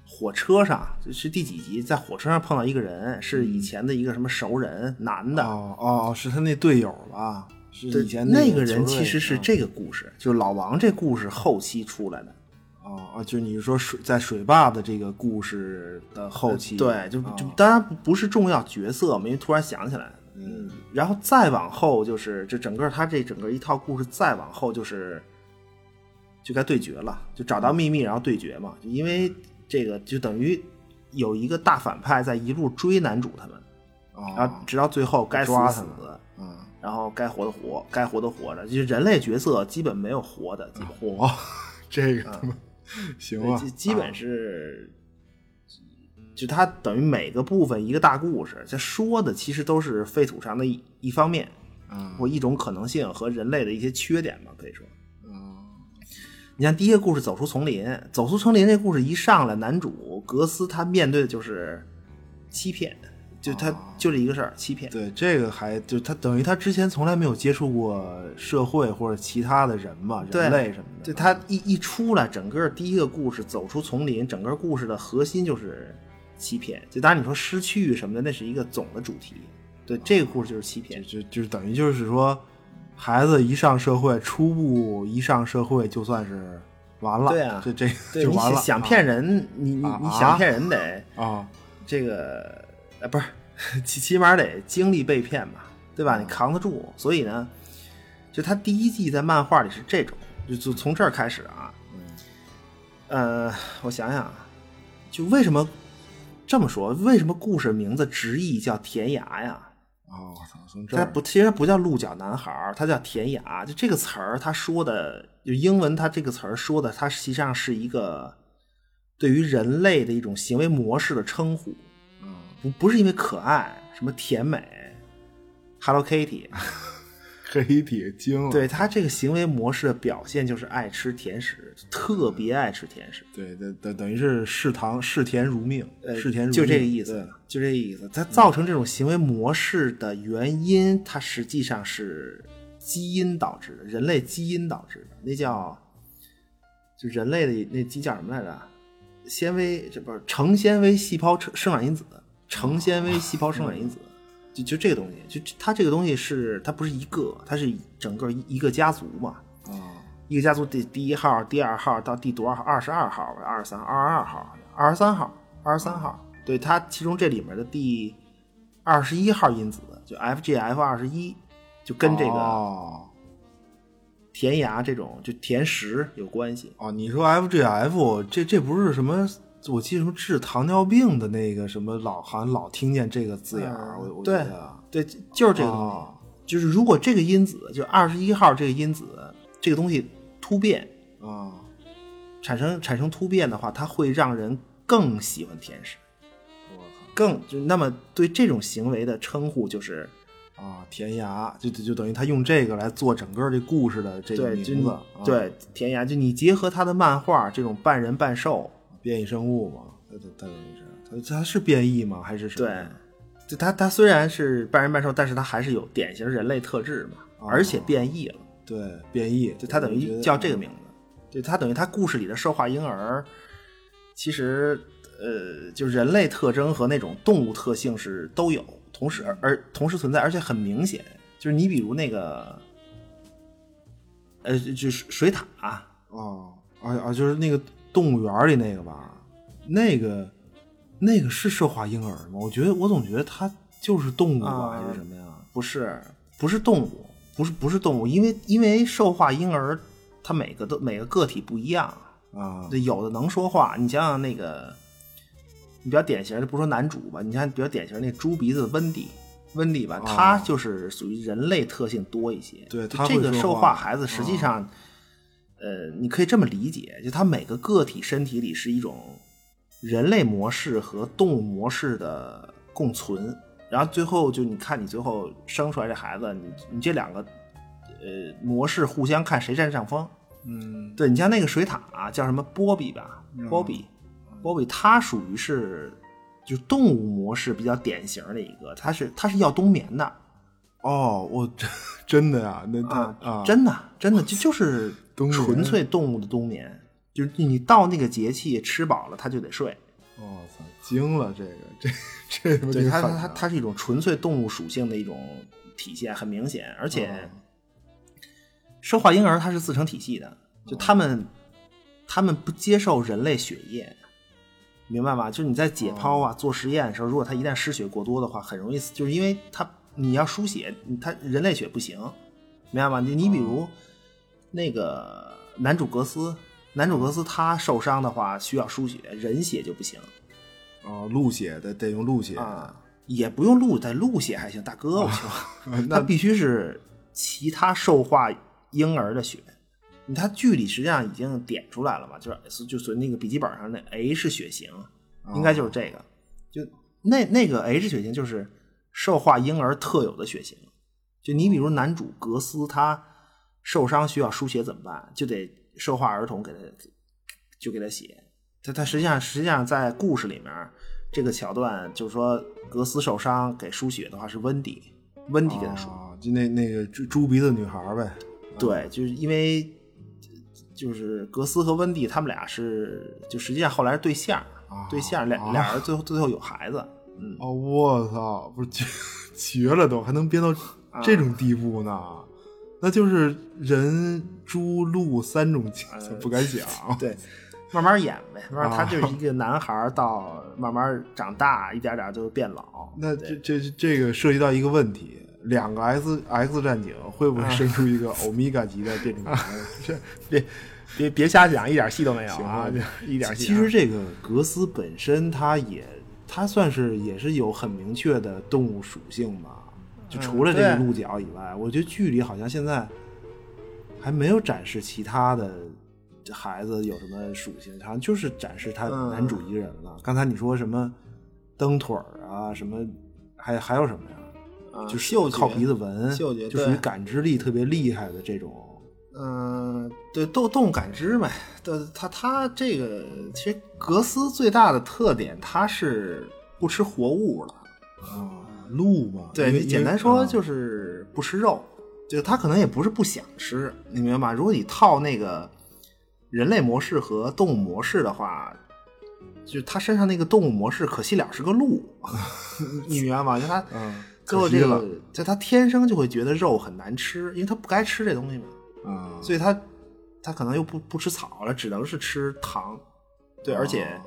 Speaker 4: 火车上，就是第几集，在火车上碰到一个人，是以前的一个什么熟人，男的。
Speaker 2: 哦哦，是他那队友吧？是
Speaker 4: 对
Speaker 2: 以前
Speaker 4: 那
Speaker 2: 个球队
Speaker 4: 人其实是这个故事，就是老王这故事后期出来的。
Speaker 2: 啊啊，就你说水在水坝的这个故事的后期，
Speaker 4: 呃对，就
Speaker 2: 啊
Speaker 4: 就当然不是重要角色嘛，因为突然想起来。嗯，然后再往后就是这整个他这整个一套故事，再往后就是就该对决了，就找到秘密然后对决嘛，就因为这个就等于有一个大反派在一路追男主他们，然后
Speaker 2: 啊
Speaker 4: 直到最后该死
Speaker 2: 抓他
Speaker 4: 死
Speaker 2: 们，嗯，
Speaker 4: 然后该活的活，该活的活着，就是人类角色基本没有活的，基本。
Speaker 2: 火， 这个他妈嗯行
Speaker 4: 对，
Speaker 2: 啊
Speaker 4: 基，基本是，就它等于每个部分一个大故事，它说的其实都是废土上的一一方面，
Speaker 2: 啊
Speaker 4: 或一种可能性和人类的一些缺点吧，可以说。
Speaker 2: 啊
Speaker 4: 你看第一个故事《走出丛林》，《走出丛林》这故事一上来，男主格斯他面对的就是欺骗，就
Speaker 2: 哦
Speaker 4: 他就这一个事儿，欺骗。
Speaker 2: 对，这个还就他等于他之前从来没有接触过社会或者其他的人嘛，
Speaker 4: 对
Speaker 2: 人类什么的。啊
Speaker 4: 对他一一出来，整个第一个故事走出丛林，整个故事的核心就是欺骗。就当然你说失去什么的，那是一个总的主题。对，这个故事就是欺骗。
Speaker 2: 就就是等于就是说，孩子一上社会，初步一上社会就算是完了。
Speaker 4: 对啊
Speaker 2: 这这
Speaker 4: 对
Speaker 2: 就
Speaker 4: 你
Speaker 2: 完
Speaker 4: 想
Speaker 2: 了。
Speaker 4: 想骗人，你你
Speaker 2: 啊
Speaker 4: 你想骗人得
Speaker 2: 啊
Speaker 4: 这个呃不是 起起码得经历被骗吧，对吧？你扛得住。所以呢，就他第一季在漫画里是这种，就就从这儿开始啊。呃，我想想啊，就为什么这么说？为什么故事名字直译叫田涯呀？
Speaker 2: 啊！我操，从这
Speaker 4: 它
Speaker 2: 儿
Speaker 4: 不，其实它不叫鹿角男孩儿，它叫田涯。就这个词儿，它说的就英文，它这个词儿说的，它实际上是一个对于人类的一种行为模式的称呼。不不是因为可爱，什么甜美，Hello Kitty，
Speaker 2: 黑铁精了。
Speaker 4: 对它这个行为模式的表现就是爱吃甜食，特别爱吃甜食。
Speaker 2: 对，等等等于是嗜糖嗜甜如命，
Speaker 4: 呃，
Speaker 2: 嗜甜如命
Speaker 4: 就这个意思，就这个意思。它造成这种行为模式的原因，它实际上是基因导致的，人类基因导致的。那叫就人类的那基因叫什么来着？纤维这不是成纤维细胞生生长因子，成纤维细胞生长因子，就就这个东西，就它这个东西是它不是一个，它是整个一一个家族嘛。
Speaker 2: 对啊。
Speaker 4: 一个家族第第一号、第二号到第多少号？二十二号、二十三、二十二号、二十三号、二十三号。对，它其中这里面的第二十一号因子，就 FGF 二十一，就跟这个
Speaker 2: 哦
Speaker 4: 田涯这种就甜食有关系。
Speaker 2: 哦，你说 FGF 这这不是什么？我记得什么治糖尿病的那个什么老，好像老听见这个字眼儿，
Speaker 4: 嗯
Speaker 2: 我我觉
Speaker 4: 对
Speaker 2: 得
Speaker 4: 对，就是这个东西。
Speaker 2: 啊，
Speaker 4: 就是如果这个因子，就二十一号这个因子，这个东西突变，
Speaker 2: 啊，
Speaker 4: 产生产生突变的话，它会让人更喜欢甜食，更就那么对这种行为的称呼就是
Speaker 2: 啊，填牙就就就等于他用这个来做整个这故事的这个
Speaker 4: 对
Speaker 2: 名
Speaker 4: 就
Speaker 2: 字，
Speaker 4: 你
Speaker 2: 啊、
Speaker 4: 对甜牙，就你结合他的漫画这种半人半兽，
Speaker 2: 变异生物嘛，它它它等于是它它是变异吗？还是什么？
Speaker 4: 对，就他他虽然是半人半兽，但是他还是有典型人类特质嘛，而且变异了，
Speaker 2: 对变异，
Speaker 4: 就他等
Speaker 2: 我觉
Speaker 4: 于
Speaker 2: 得嗯
Speaker 4: 叫这个名字，就他等于他故事里的兽化婴儿，其实呃，就人类特征和那种动物特性是都有，同时而而同时存在，而且很明显，就是你比如那个，呃，就是水獭、
Speaker 2: 哦，啊啊，就是那个动物园里那个吧，那个那个是兽化婴儿吗？我觉得我总觉得它就是动物
Speaker 4: 啊
Speaker 2: 还是什么呀？
Speaker 4: 不是不是动物，不是不是动物，因为因为兽化婴儿它每个都每个个体不一样。
Speaker 2: 啊，
Speaker 4: 对，有的能说话，你想想那个，你比较典型的，不说男主吧，你像比较典型的那猪鼻子温迪，温迪吧，他就是属于人类特性多一些。
Speaker 2: 啊对
Speaker 4: 就
Speaker 2: 他
Speaker 4: 这
Speaker 2: 会
Speaker 4: 个
Speaker 2: 说
Speaker 4: 兽
Speaker 2: 话啊
Speaker 4: 化孩子实际上，呃，你可以这么理解，就他每个个体身体里是一种人类模式和动物模式的共存，然后最后就你看你最后生出来这孩子，你你这两个呃模式互相看谁占上风。
Speaker 2: 嗯，
Speaker 4: 对你像那个水獭、啊叫什么波比吧，波比，波比，它属于是就是动物模式比较典型的一个，它是它是要冬眠的
Speaker 2: 哦，我真真的呀，那它
Speaker 4: 啊
Speaker 2: 啊，
Speaker 4: 真的真的就就是
Speaker 2: 冬眠
Speaker 4: 纯粹动物的冬眠，就是你到那个节气吃饱了它就得睡，
Speaker 2: 哦，操，惊了，这个这这他妈
Speaker 4: 对
Speaker 2: 挺
Speaker 4: 它它
Speaker 2: 狠
Speaker 4: 它
Speaker 2: 的
Speaker 4: 它是一种纯粹动物属性的一种体现，很明显，而且生化婴儿它是自成体系的，就他们他们不接受人类血液，明白吧？就是你在解剖啊、做实验的时候，如果它一旦失血过多的话，很容易死，就是因为它你要输血，它人类血不行，明白吧？你你比如那个男主格斯。男主格斯他受伤的话需要输血，人血就不行。
Speaker 2: 哦，鹿血得得用鹿血
Speaker 4: 啊，也不用鹿，在鹿血还行，大哥，我求，它必须是其他兽化婴儿的血。它剧里实际上已经点出来了嘛，就是就随那个笔记本上那 H 血型，应该就是这个，就那那个 H 血型就是兽化婴儿特有的血型。就你比如男主格斯他受伤需要输血怎么办？就得兽化儿童给他就给他写。他他实际上实际上在故事里面这个桥段就是说格斯受伤给输血的话是温迪，温迪给他输。
Speaker 2: 啊，就那那个猪猪鼻子女孩儿呗，
Speaker 4: 对，就是因为就是格斯和温蒂他们俩是就实际上后来是对象儿，
Speaker 2: 啊
Speaker 4: 对象儿俩
Speaker 2: 啊
Speaker 4: 俩人最后最后有孩子，嗯，
Speaker 2: 哦，我操，不是绝 绝了都，还能编到
Speaker 4: 啊
Speaker 2: 这种地步呢？那就是人、猪、鹿三种角色，不敢想。
Speaker 4: 呃 对，慢慢演呗，慢慢
Speaker 2: 啊
Speaker 4: 他就是一个男孩儿到慢慢长大，一点点就变老，
Speaker 2: 那这这这个涉及到一个问题：两个 X X 战警会
Speaker 4: 啊
Speaker 2: 不会生出一个欧米伽级的变 种人？这
Speaker 4: 别别别瞎想，一点戏都没有啊，
Speaker 2: 行吧
Speaker 4: 就一点戏啊。
Speaker 2: 其实这个格斯本身，它也它算是也是有很明确的动物属性吧。就除了这个
Speaker 4: 嗯对
Speaker 2: 鹿角以外，我觉得剧里好像现在还没有展示其他的孩子有什么属性，好像就是展示他
Speaker 4: 嗯
Speaker 2: 男主一个人了。刚才你说什么蹬腿儿啊，什么还还有什么呀？
Speaker 4: 啊
Speaker 2: 就是
Speaker 4: 嗅觉
Speaker 2: 靠鼻子闻，
Speaker 4: 嗅觉
Speaker 2: 就属于
Speaker 4: 对
Speaker 2: 感知力特别厉害的这种。
Speaker 4: 嗯，对动动物感知呗，对他他这个其实格斯最大的特点，他是不吃活物了。
Speaker 2: 啊，鹿嘛，
Speaker 4: 对
Speaker 2: 因为啊
Speaker 4: 你简单
Speaker 2: 嗯
Speaker 4: 说就是是不吃肉，就他可能也不是不想吃，你明白吗？如果你套那个人类模式和动物模式的话，就他身上那个动物模式可惜了是个鹿， 你明白吗？就他
Speaker 2: 嗯
Speaker 4: 最后
Speaker 2: 可惜
Speaker 4: 这个
Speaker 2: 了，
Speaker 4: 就他天生就会觉得肉很难吃，因为他不该吃这东西嘛。
Speaker 2: 啊，
Speaker 4: 所以他他可能又不不吃草了，只能是吃糖，对，而且
Speaker 2: 哦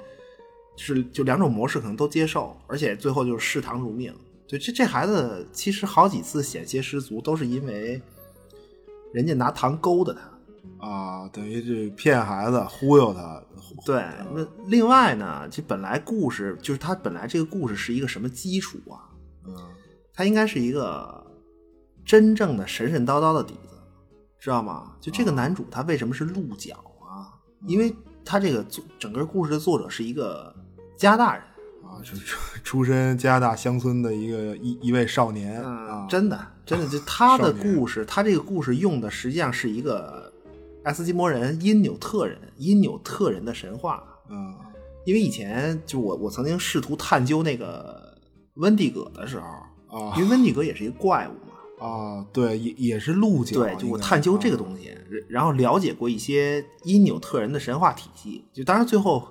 Speaker 4: 就是就两种模式可能都接受，而且最后就是视糖如命。对，这这孩子其实好几次险些失足，都是因为人家拿糖勾搭他。
Speaker 2: 啊，等于这骗孩子忽悠他，忽
Speaker 4: 对，那另外呢，这本来故事就是他本来这个故事是一个什么基础啊？
Speaker 2: 嗯
Speaker 4: 它应该是一个真正的神神叨叨的底子，知道吗？就这个
Speaker 2: 哦
Speaker 4: 男主他为什么是鹿角啊？
Speaker 2: 嗯
Speaker 4: 因为他这个作整个故事的作者是一个加拿大人，
Speaker 2: 啊，就出出身加拿大乡村的一个一一位少年啊
Speaker 4: 嗯，，真的，真的，就他的
Speaker 2: 少年
Speaker 4: 故事，他这个故事用的实际上是一个爱斯基摩人、因纽特人、因纽特人的神话。
Speaker 2: 嗯
Speaker 4: 因为以前就我我曾经试图探究那个温蒂格的时候，
Speaker 2: 啊
Speaker 4: 因为温蒂格也是一个怪物嘛，
Speaker 2: 啊，对，也也是鹿角，
Speaker 4: 对，就嗯我
Speaker 2: 应该
Speaker 4: 探究这个
Speaker 2: 啊
Speaker 4: 东西，然后了解过一些因纽特人的神话体系，就当然最后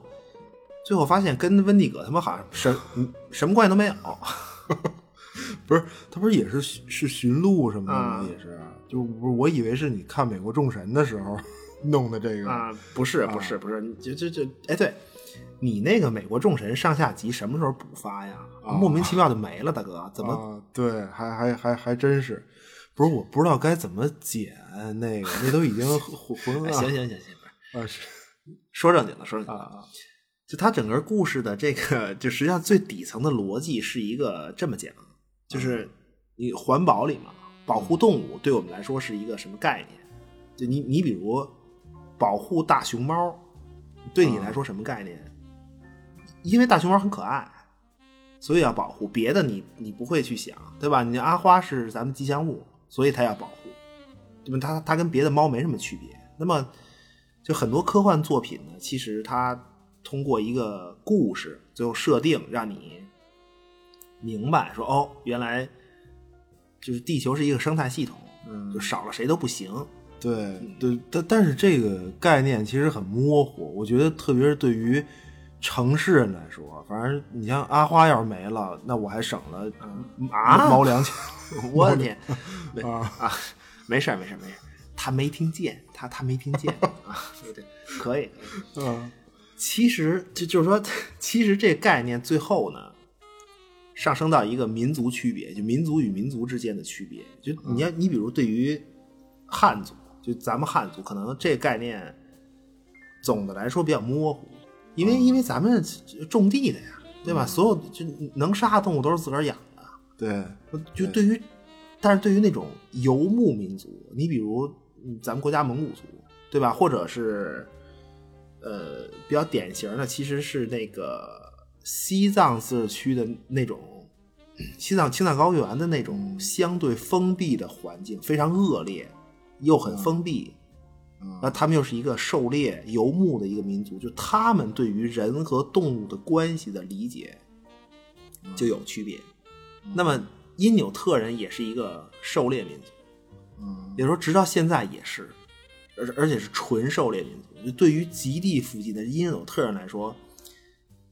Speaker 4: 最后发现跟温蒂格他们好像什嗯什么关系都没有。
Speaker 2: 不是，他不是也是寻是寻鹿什么的吗？
Speaker 4: 啊
Speaker 2: 也是，就我我以为是你看美国众神的时候弄的这个
Speaker 4: 啊，不是不是不是，你就就就哎，对你那个美国众神上下集什么时候补发呀？
Speaker 2: 啊
Speaker 4: 莫名其妙就没了，大哥，怎么？
Speaker 2: 啊？对，还还还还真是，不是我不知道该怎么剪那个，那都已经 混混
Speaker 4: 哎
Speaker 2: 了。
Speaker 4: 行行行行，不是
Speaker 2: 啊是
Speaker 4: 说正经的，说正经
Speaker 2: 啊
Speaker 4: 的，
Speaker 2: 啊
Speaker 4: 就他整个故事的这个，就实际上最底层的逻辑是一个这么讲，就是你环保里嘛，保护动物对我们来说是一个什么概念？就你你比如保护大熊猫，对你来说什么概念？因为大熊猫很可爱，所以要保护。别的你你不会去想，对吧？你阿花是咱们吉祥物，所以它要保护，对吧？它它跟别的猫没什么区别。那么，就很多科幻作品呢，其实它通过一个故事最后设定，让你明白说哦，原来就是地球是一个生态系统，
Speaker 2: 嗯
Speaker 4: 就少了谁都不行。
Speaker 2: 对对，但但是这个概念其实很模糊，我觉得特别是对于城市人来说，啊反正你像阿花要是没了，那我还省了
Speaker 4: 啊
Speaker 2: 嗯猫粮 钱
Speaker 4: 我的天，没
Speaker 2: 啊
Speaker 4: 啊，没事儿没事儿没事儿，他没听见，他他没听见 啊，对对，可以。
Speaker 2: 啊
Speaker 4: 其实就就是说， 其实这个概念最后呢，上升到一个民族区别，就民族与民族之间的区别。就你要你比如对于汉族，就咱们汉族，可能这个概念总的来说比较模糊，因为因为咱们种地的呀，对吧？所有就能杀的动物都是自个儿养的。
Speaker 2: 对。
Speaker 4: 就对于，但是对于那种游牧民族，你比如嗯咱们国家蒙古族，对吧？或者是呃比较典型的，其实是那个西藏自治区的那种西藏青藏高原的那种相对封闭的环境，非常恶劣，又很封闭。那他们又是一个狩猎游牧的一个民族，就他们对于人和动物的关系的理解就有区别。那么因纽特人也是一个狩猎民族，嗯，也就是说直到现在也是，而而且是纯狩猎民族。就对于极地附近的因纽特人来说，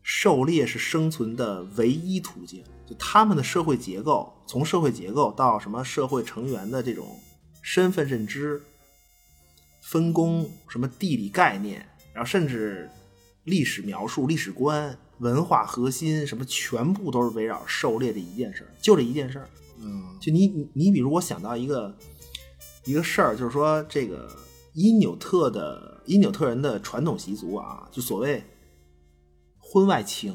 Speaker 4: 狩猎是生存的唯一途径。就他们的社会结构，从社会结构到什么社会成员的这种身份认知、分工、什么地理概念，然后甚至历史描述、历史观、文化核心，什么全部都是围绕狩猎这一件事儿，就这一件事儿。
Speaker 2: 嗯
Speaker 4: 就你你你比如我想到一个一个事儿，就是说这个因纽特的因纽特人的传统习俗啊，就所谓婚外情，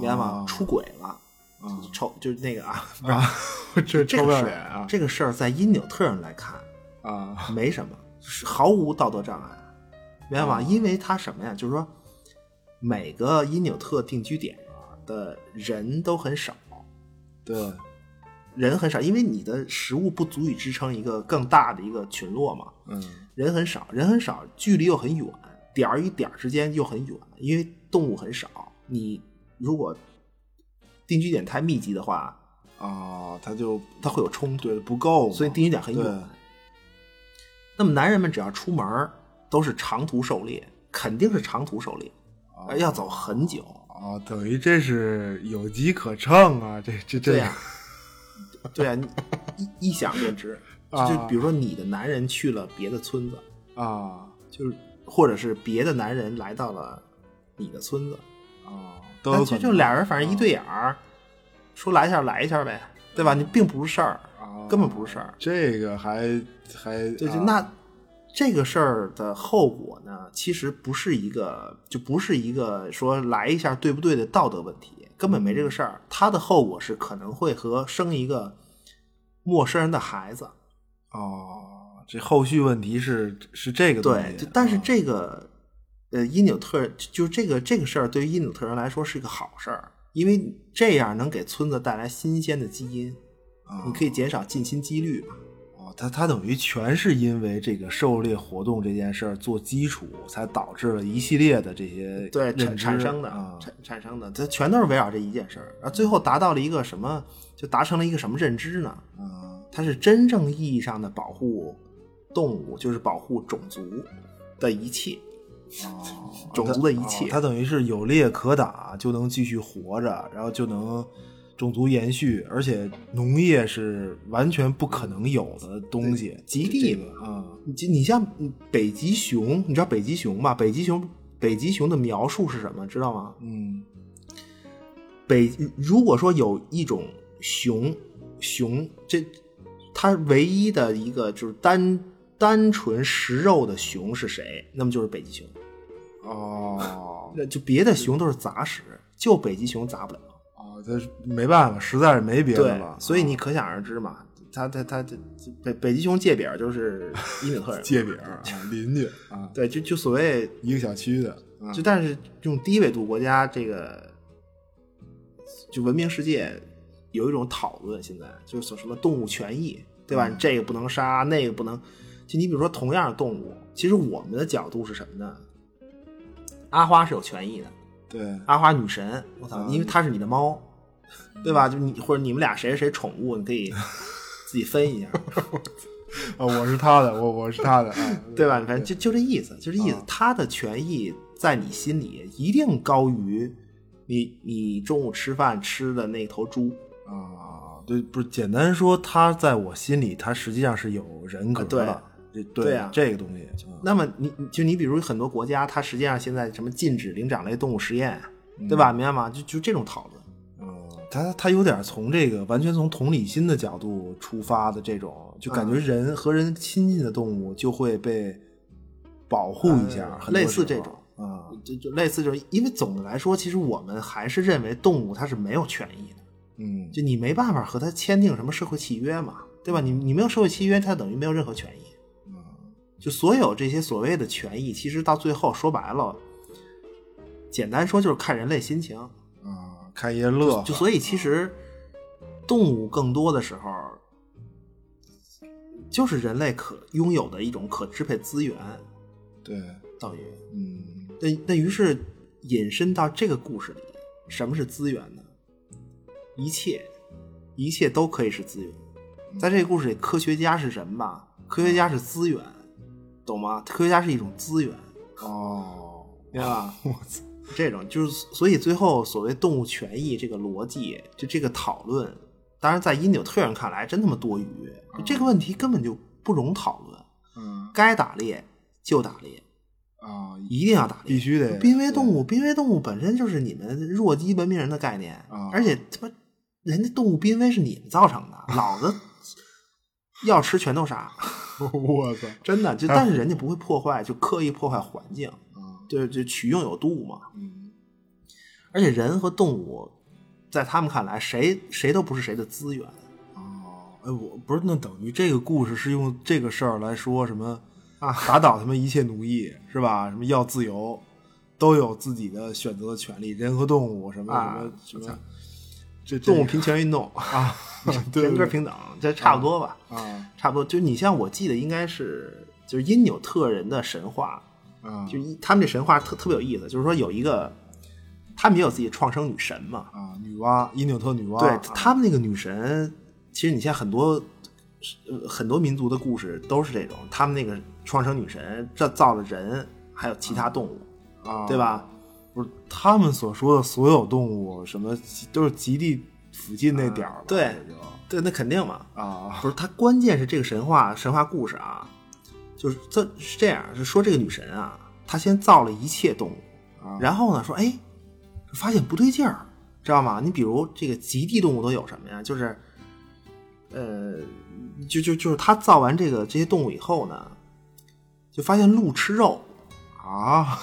Speaker 4: 明白吗？
Speaker 2: 啊
Speaker 4: 出轨了，臭就是那个啊，
Speaker 2: 啊， 这
Speaker 4: 这
Speaker 2: 臭不
Speaker 4: 个
Speaker 2: 要
Speaker 4: 事
Speaker 2: 脸
Speaker 4: 儿
Speaker 2: 啊
Speaker 4: 这个事儿在因纽特人来看
Speaker 2: 啊！
Speaker 4: 没什么，是毫无道德障碍，明白吗？因为他什么呀？就是说每个因纽特定居点啊的人都很少，
Speaker 2: 对，
Speaker 4: 人很少，因为你的食物不足以支撑一个更大的一个群落嘛。
Speaker 2: 嗯
Speaker 4: 人很少，人很少，距离又很远，点儿与点儿之间又很远，因为动物很少。你如果定居点太密集的话，
Speaker 2: 啊，他就
Speaker 4: 它会有冲突，
Speaker 2: 对不够嘛，
Speaker 4: 所以定居点很
Speaker 2: 对
Speaker 4: 远。那么男人们只要出门儿都是长途狩猎，肯定是长途狩猎，
Speaker 2: 哦
Speaker 4: 而要走很久。
Speaker 2: 啊，等于这是有机可乘啊，这这这
Speaker 4: 对呀、对呀、你一一想便知。
Speaker 2: 啊
Speaker 4: 就比如说你的男人去了别的村子，
Speaker 2: 啊
Speaker 4: 就是或者是别的男人来到了你的村子，
Speaker 2: 啊，都
Speaker 4: 那
Speaker 2: 有
Speaker 4: 就
Speaker 2: 可
Speaker 4: 就
Speaker 2: 能啊嗯
Speaker 4: 俩人反正一对眼儿，说来一下来一下呗，对吧？你并不是事儿，
Speaker 2: 啊
Speaker 4: 根本不是事儿。
Speaker 2: 这个还还
Speaker 4: 对，就
Speaker 2: 啊
Speaker 4: 那这个事儿的后果呢，其实不是一个，就不是一个说来一下对不对的
Speaker 2: 嗯
Speaker 4: 道德问题，根本没这个事儿。它的后果是可能会和生一个陌生人的孩子。
Speaker 2: 哦，这后续问题是是这个东西啊
Speaker 4: 对，就但是这个、呃，因纽特就这个这个事儿，对于因纽特人来说是一个好事儿，因为这样能给村子带来新鲜的基因，
Speaker 2: 啊
Speaker 4: 你可以减少近亲几率嘛。
Speaker 2: 哦，他他等于全是因为这个狩猎活动这件事儿做基础，才导致了一系列的这些
Speaker 4: 对
Speaker 2: 认
Speaker 4: 产
Speaker 2: 知
Speaker 4: 产生的、
Speaker 2: 啊
Speaker 4: 产产生的，这全都是围绕这一件事儿，然后最后达到了一个什么，就达成了一个什么认知呢？
Speaker 2: 啊
Speaker 4: 它是真正意义上的保护动物，就是保护种族的一切，
Speaker 2: 哦
Speaker 4: 种族的一切。
Speaker 2: 他哦等于是有猎可打，就能继续活着，然后就能种族延续，而且农业是完全不可能有的东西，
Speaker 4: 极地
Speaker 2: 这个啊
Speaker 4: 你就你像北极熊，你知道北极熊吧？北极熊，北极熊的描述是什么？知道吗？
Speaker 2: 嗯
Speaker 4: 北如果说有一种熊，熊这它唯一的一个就是单单纯食肉的熊是谁？那么就是北极熊。
Speaker 2: 哦
Speaker 4: 那就别的熊都是杂食，就北极熊杂不了。
Speaker 2: 哦，这是没办法，实在是没别的啊
Speaker 4: 对
Speaker 2: 了，，
Speaker 4: 所以你可想而知嘛，它它它这北北极熊界饼就是 伊纽特人，
Speaker 2: 界饼啊，邻居啊，
Speaker 4: 对，就就所谓
Speaker 2: 一个小区的啊
Speaker 4: 就但是这种低纬度国家，这个就文明世界有一种讨论，现在就是说什么动物权益，对吧？你这个不能杀，那个不能。就你比如说同样的动物，其实我们的角度是什么呢？阿花是有权益的，
Speaker 2: 对啊
Speaker 4: 阿花女神，我操，因为她是你的猫，对吧？就你或者你们俩谁是谁宠物，你可以自己分一下，
Speaker 2: 啊，我是他的，我我是他的啊，
Speaker 4: 对吧？反正就就这意思，就这意思
Speaker 2: 啊。
Speaker 4: 她的权益在你心里一定高于你你中午吃饭吃的那头猪
Speaker 2: 啊，对，不是简单说，他在我心里，他实际上是有人格的，
Speaker 4: 啊
Speaker 2: 对
Speaker 4: 对啊
Speaker 2: 这个东西，嗯
Speaker 4: 那么你你就你比如很多国家，它实际上现在什么禁止灵长类动物实验，对吧？明白吗？就就这种讨论。
Speaker 2: 嗯，他他有点从这个完全从同理心的角度出发的这种，就感觉
Speaker 4: 嗯
Speaker 2: 人和人亲近的动物就会被保护一下，很多
Speaker 4: 嗯类似
Speaker 2: 时
Speaker 4: 这
Speaker 2: 候
Speaker 4: 种
Speaker 2: 啊，
Speaker 4: 就就类似就是，因为总的来说，其实我们还是认为动物它是没有权益的，
Speaker 2: 嗯，
Speaker 4: 就你没办法和它签订什么社会契约嘛，对吧？你你没有社会契约，它等于没有任何权益。就所有这些所谓的权益，其实到最后说白了，简单说就是看人类心情。呃
Speaker 2: 啊，看爷乐呵，
Speaker 4: 就所以其实动物更多的时候，就是人类可拥有的一种可支配资源，
Speaker 2: 对，
Speaker 4: 等于。
Speaker 2: 嗯，
Speaker 4: 那那于是引申到这个故事里，什么是资源呢？一切，一切都可以是资源。在这个故事里，科学家是人吧？科学家是资源，懂吗？科学家是一种资源，
Speaker 2: 哦，
Speaker 4: 明白吧？我操，这种就是，所以最后所谓动物权益这个逻辑，就这个讨论，当然在因纽特人看来真他妈多余，就这个问题根本就不容讨论。
Speaker 2: 嗯
Speaker 4: 该打猎就打猎，
Speaker 2: 啊，
Speaker 4: 哦一定要打猎，
Speaker 2: 必须得
Speaker 4: 濒危动物，濒危动物本身就是你们弱鸡文明人的概念，
Speaker 2: 啊
Speaker 4: 而且他妈人家动物濒危是你们造成的，老 子要吃全都杀，
Speaker 2: 我操，
Speaker 4: 真的就啊但是人家不会破坏，就刻意破坏环境，
Speaker 2: 啊，
Speaker 4: 对，就取用有度嘛。
Speaker 2: 嗯
Speaker 4: 而且人和动物在他们看来，谁谁都不是谁的资源，
Speaker 2: 哦，哎，我不是，那等于这个故事是用这个事儿来说什么啊？打倒他们一切奴役是吧？什么要自由，都有自己的选择的权利，人和动物什么
Speaker 4: 啊
Speaker 2: 什么什么，这这
Speaker 4: 动物 平权运动 啊，
Speaker 2: 对
Speaker 4: 人格平等，这差不多吧。
Speaker 2: 啊
Speaker 4: 差不多，就是你像我记得应该是就是因纽特人的神话，
Speaker 2: 啊
Speaker 4: 就一他们这神话特特别有意思，就是说有一个，他们也有自己创生女神嘛，
Speaker 2: 啊，女娲，伊纽特女娲，啊
Speaker 4: 对他们那个女神，其实你像很多呃很多民族的故事都是这种，他们那个创生女神这造了人，还有其他动物，
Speaker 2: 啊，
Speaker 4: 对？吧？
Speaker 2: 不是他们所说的所有动物，什么都是极地附近那点儿了，
Speaker 4: 对
Speaker 2: 这就
Speaker 4: 对，那肯定嘛。
Speaker 2: 啊
Speaker 4: 不是，它关键是这个神话神话故事啊，就是这是这样，是说这个女神啊，她先造了一切动物，然后呢说，哎，发现不对劲儿，知道吗？你比如这个极地动物都有什么呀？就是，呃，就就就是她造完这个这些动物以后呢，就发现鹿吃肉，
Speaker 2: 啊，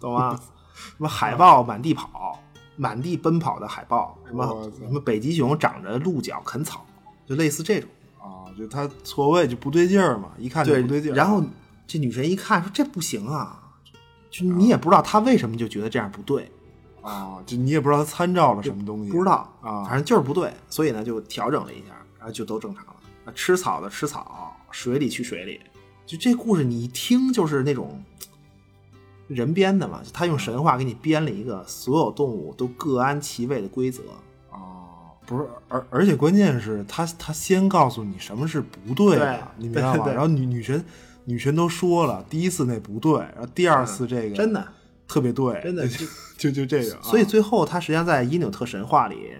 Speaker 4: 懂吗？ 什么海豹满地跑，满地奔跑的海豹，什么
Speaker 2: 我操
Speaker 4: 什么北极熊长着鹿角啃草，就类似这种。
Speaker 2: 啊就他错位就不对劲儿嘛，一看就
Speaker 4: 对
Speaker 2: 不对劲儿。
Speaker 4: 然后这女神一看说这不行啊，就你也不知道她为什么就觉得这样不对，
Speaker 2: 啊，就你也不知道他参照了什么东西，
Speaker 4: 不知道
Speaker 2: 啊
Speaker 4: 反正就是不对，所以呢就调整了一下，然后就都正常了。啊吃草的吃草，水里去水里，就这故事你一听就是那种人编的嘛，就他用神话给你编了一个所有动物都各安其位的规则。哦
Speaker 2: 啊，不是，而而且关键是他他先告诉你什么是不对的，
Speaker 4: 对
Speaker 2: 你明白
Speaker 4: 对
Speaker 2: 吗？
Speaker 4: 对
Speaker 2: 然后女女神女神都说了，第一次那不对，然后第二次这个、
Speaker 4: 嗯真的
Speaker 2: 特别对，
Speaker 4: 真的
Speaker 2: 就就 就这个啊，
Speaker 4: 所以最后他实际上在伊纽特神话里，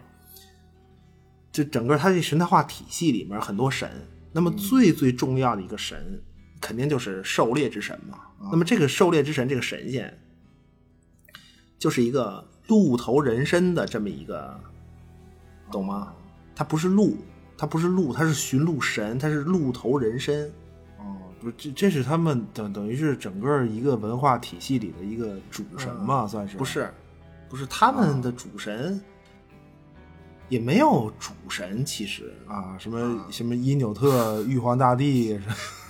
Speaker 4: 就整个他这神话体系里面很多神，那么最最重要的一个神，肯定就是狩猎之神嘛。
Speaker 2: 嗯
Speaker 4: 那么这个狩猎之神这个神仙，就是一个鹿头人身的这么一个，懂吗？他不是鹿，他不是鹿，他是驯鹿神，他是鹿头人身。
Speaker 2: 哦，不是，这这是他们等等于是整个一个文化体系里的一个主神嘛，算是
Speaker 4: 嗯不是，不是他们的主神，也没有主神，其实
Speaker 2: 啊？什么什么伊纽特、玉皇大帝，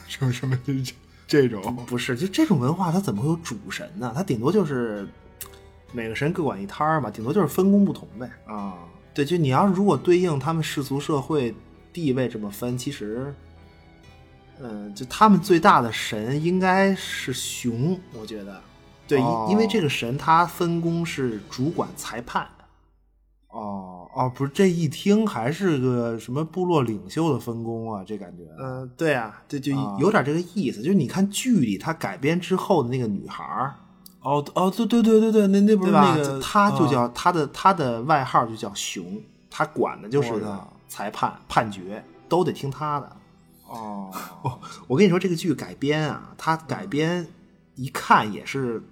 Speaker 2: 什么什么什么这这种
Speaker 4: 不是，就这种文化，它怎么会有主神呢？它顶多就是每个神各管一摊儿嘛，顶多就是分工不同呗。
Speaker 2: 啊，
Speaker 4: 对，就你要如果对应他们世俗社会地位这么分，其实，嗯、就他们最大的神应该是熊，我觉得，对，因、
Speaker 2: 哦
Speaker 4: 因为这个神他分工是主管裁判，
Speaker 2: 哦哦，不是，这一听还是个什么部落领袖的分工啊，这感觉。
Speaker 4: 嗯、对啊，对，就
Speaker 2: 啊
Speaker 4: 有点这个意思。就是你看剧里他改编之后的那个女孩儿，
Speaker 2: 哦哦，对对对对对，那那不
Speaker 4: 对
Speaker 2: 是
Speaker 4: 吧？
Speaker 2: 那个，
Speaker 4: 他就
Speaker 2: 啊
Speaker 4: 叫他的他的外号就叫熊，他管的就是
Speaker 2: 我操
Speaker 4: 裁判判决，都得听他的。
Speaker 2: 哦 嗯
Speaker 4: 我跟你说，这个剧改编啊，它改编一看也是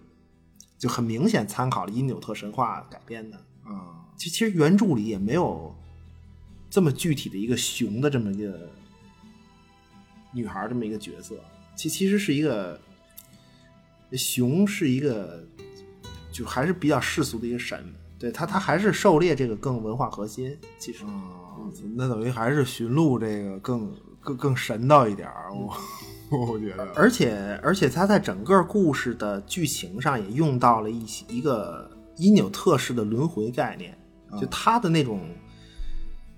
Speaker 4: 就很明显参考了因纽特神话改编的。
Speaker 2: 嗯
Speaker 4: 其其实原著里也没有这么具体的一个熊的这么一个女孩儿这么一个角色，其其实是一个熊是一个就还是比较世俗的一个神，对他他还是狩猎这个更文化核心，其实嗯
Speaker 2: 哦，那等于还是驯鹿这个更更更神道一点儿，我 我觉得。
Speaker 4: 嗯而且而且他在整个故事的剧情上也用到了一些一个因纽特式的轮回概念，
Speaker 2: 嗯
Speaker 4: 就他的那种，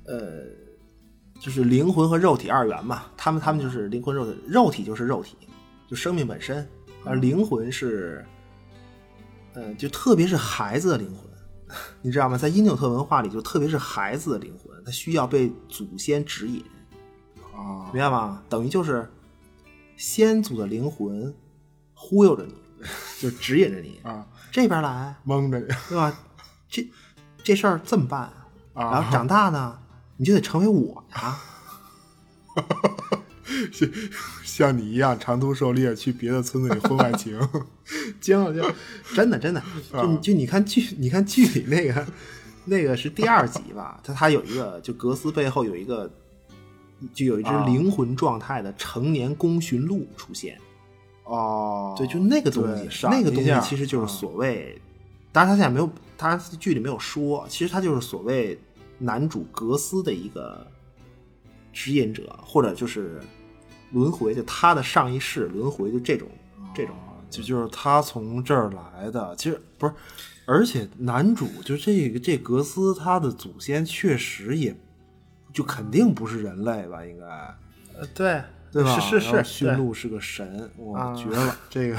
Speaker 4: 呃，就是灵魂和肉体二元嘛，他们他们就是灵魂肉体，肉体就是肉体，就生命本身，
Speaker 2: 嗯
Speaker 4: 而灵魂是，呃，就特别是孩子的灵魂。 你知道吗？在因纽特文化里，就特别是孩子的灵魂，他需要被祖先指引，
Speaker 2: 啊
Speaker 4: 明白吗？等于就是先祖的灵魂忽悠着你， 就指引着你，
Speaker 2: 啊，
Speaker 4: 这边来，
Speaker 2: 蒙着你
Speaker 4: 对吧？这这事儿这么办，
Speaker 2: 啊
Speaker 4: 然后长大呢，你就得成为我呀。
Speaker 2: 像你一样长途狩猎去别的村子里婚外 情，
Speaker 4: 惊了惊了，真 的真的，
Speaker 2: 啊
Speaker 4: 就你就你看剧，你看剧里那个那个是第二集吧？他他有一个，就格斯背后有一个，就有一只
Speaker 2: 啊
Speaker 4: 灵魂状态的成年公驯鹿出现。
Speaker 2: 哦
Speaker 4: 对，就那个东
Speaker 2: 对
Speaker 4: 西，
Speaker 2: 闪
Speaker 4: 那个
Speaker 2: 一
Speaker 4: 东西
Speaker 2: 下
Speaker 4: 其实就是
Speaker 2: 啊
Speaker 4: 所谓，当然他现在没有，他剧里没有说，其实他就是所谓男主格斯的一个指引者，或者就是轮回，就他的上一世轮回，就这种这种。
Speaker 2: 就就是他从这儿来的，其实不是，而且男主就这个这格斯他的祖先确实也，就肯定不是人类吧，应该
Speaker 4: 呃对
Speaker 2: 对吧？
Speaker 4: 是
Speaker 2: 然
Speaker 4: 是
Speaker 2: 后
Speaker 4: 是，
Speaker 2: 驯鹿是个神，哇，
Speaker 4: 啊
Speaker 2: 绝 了！这个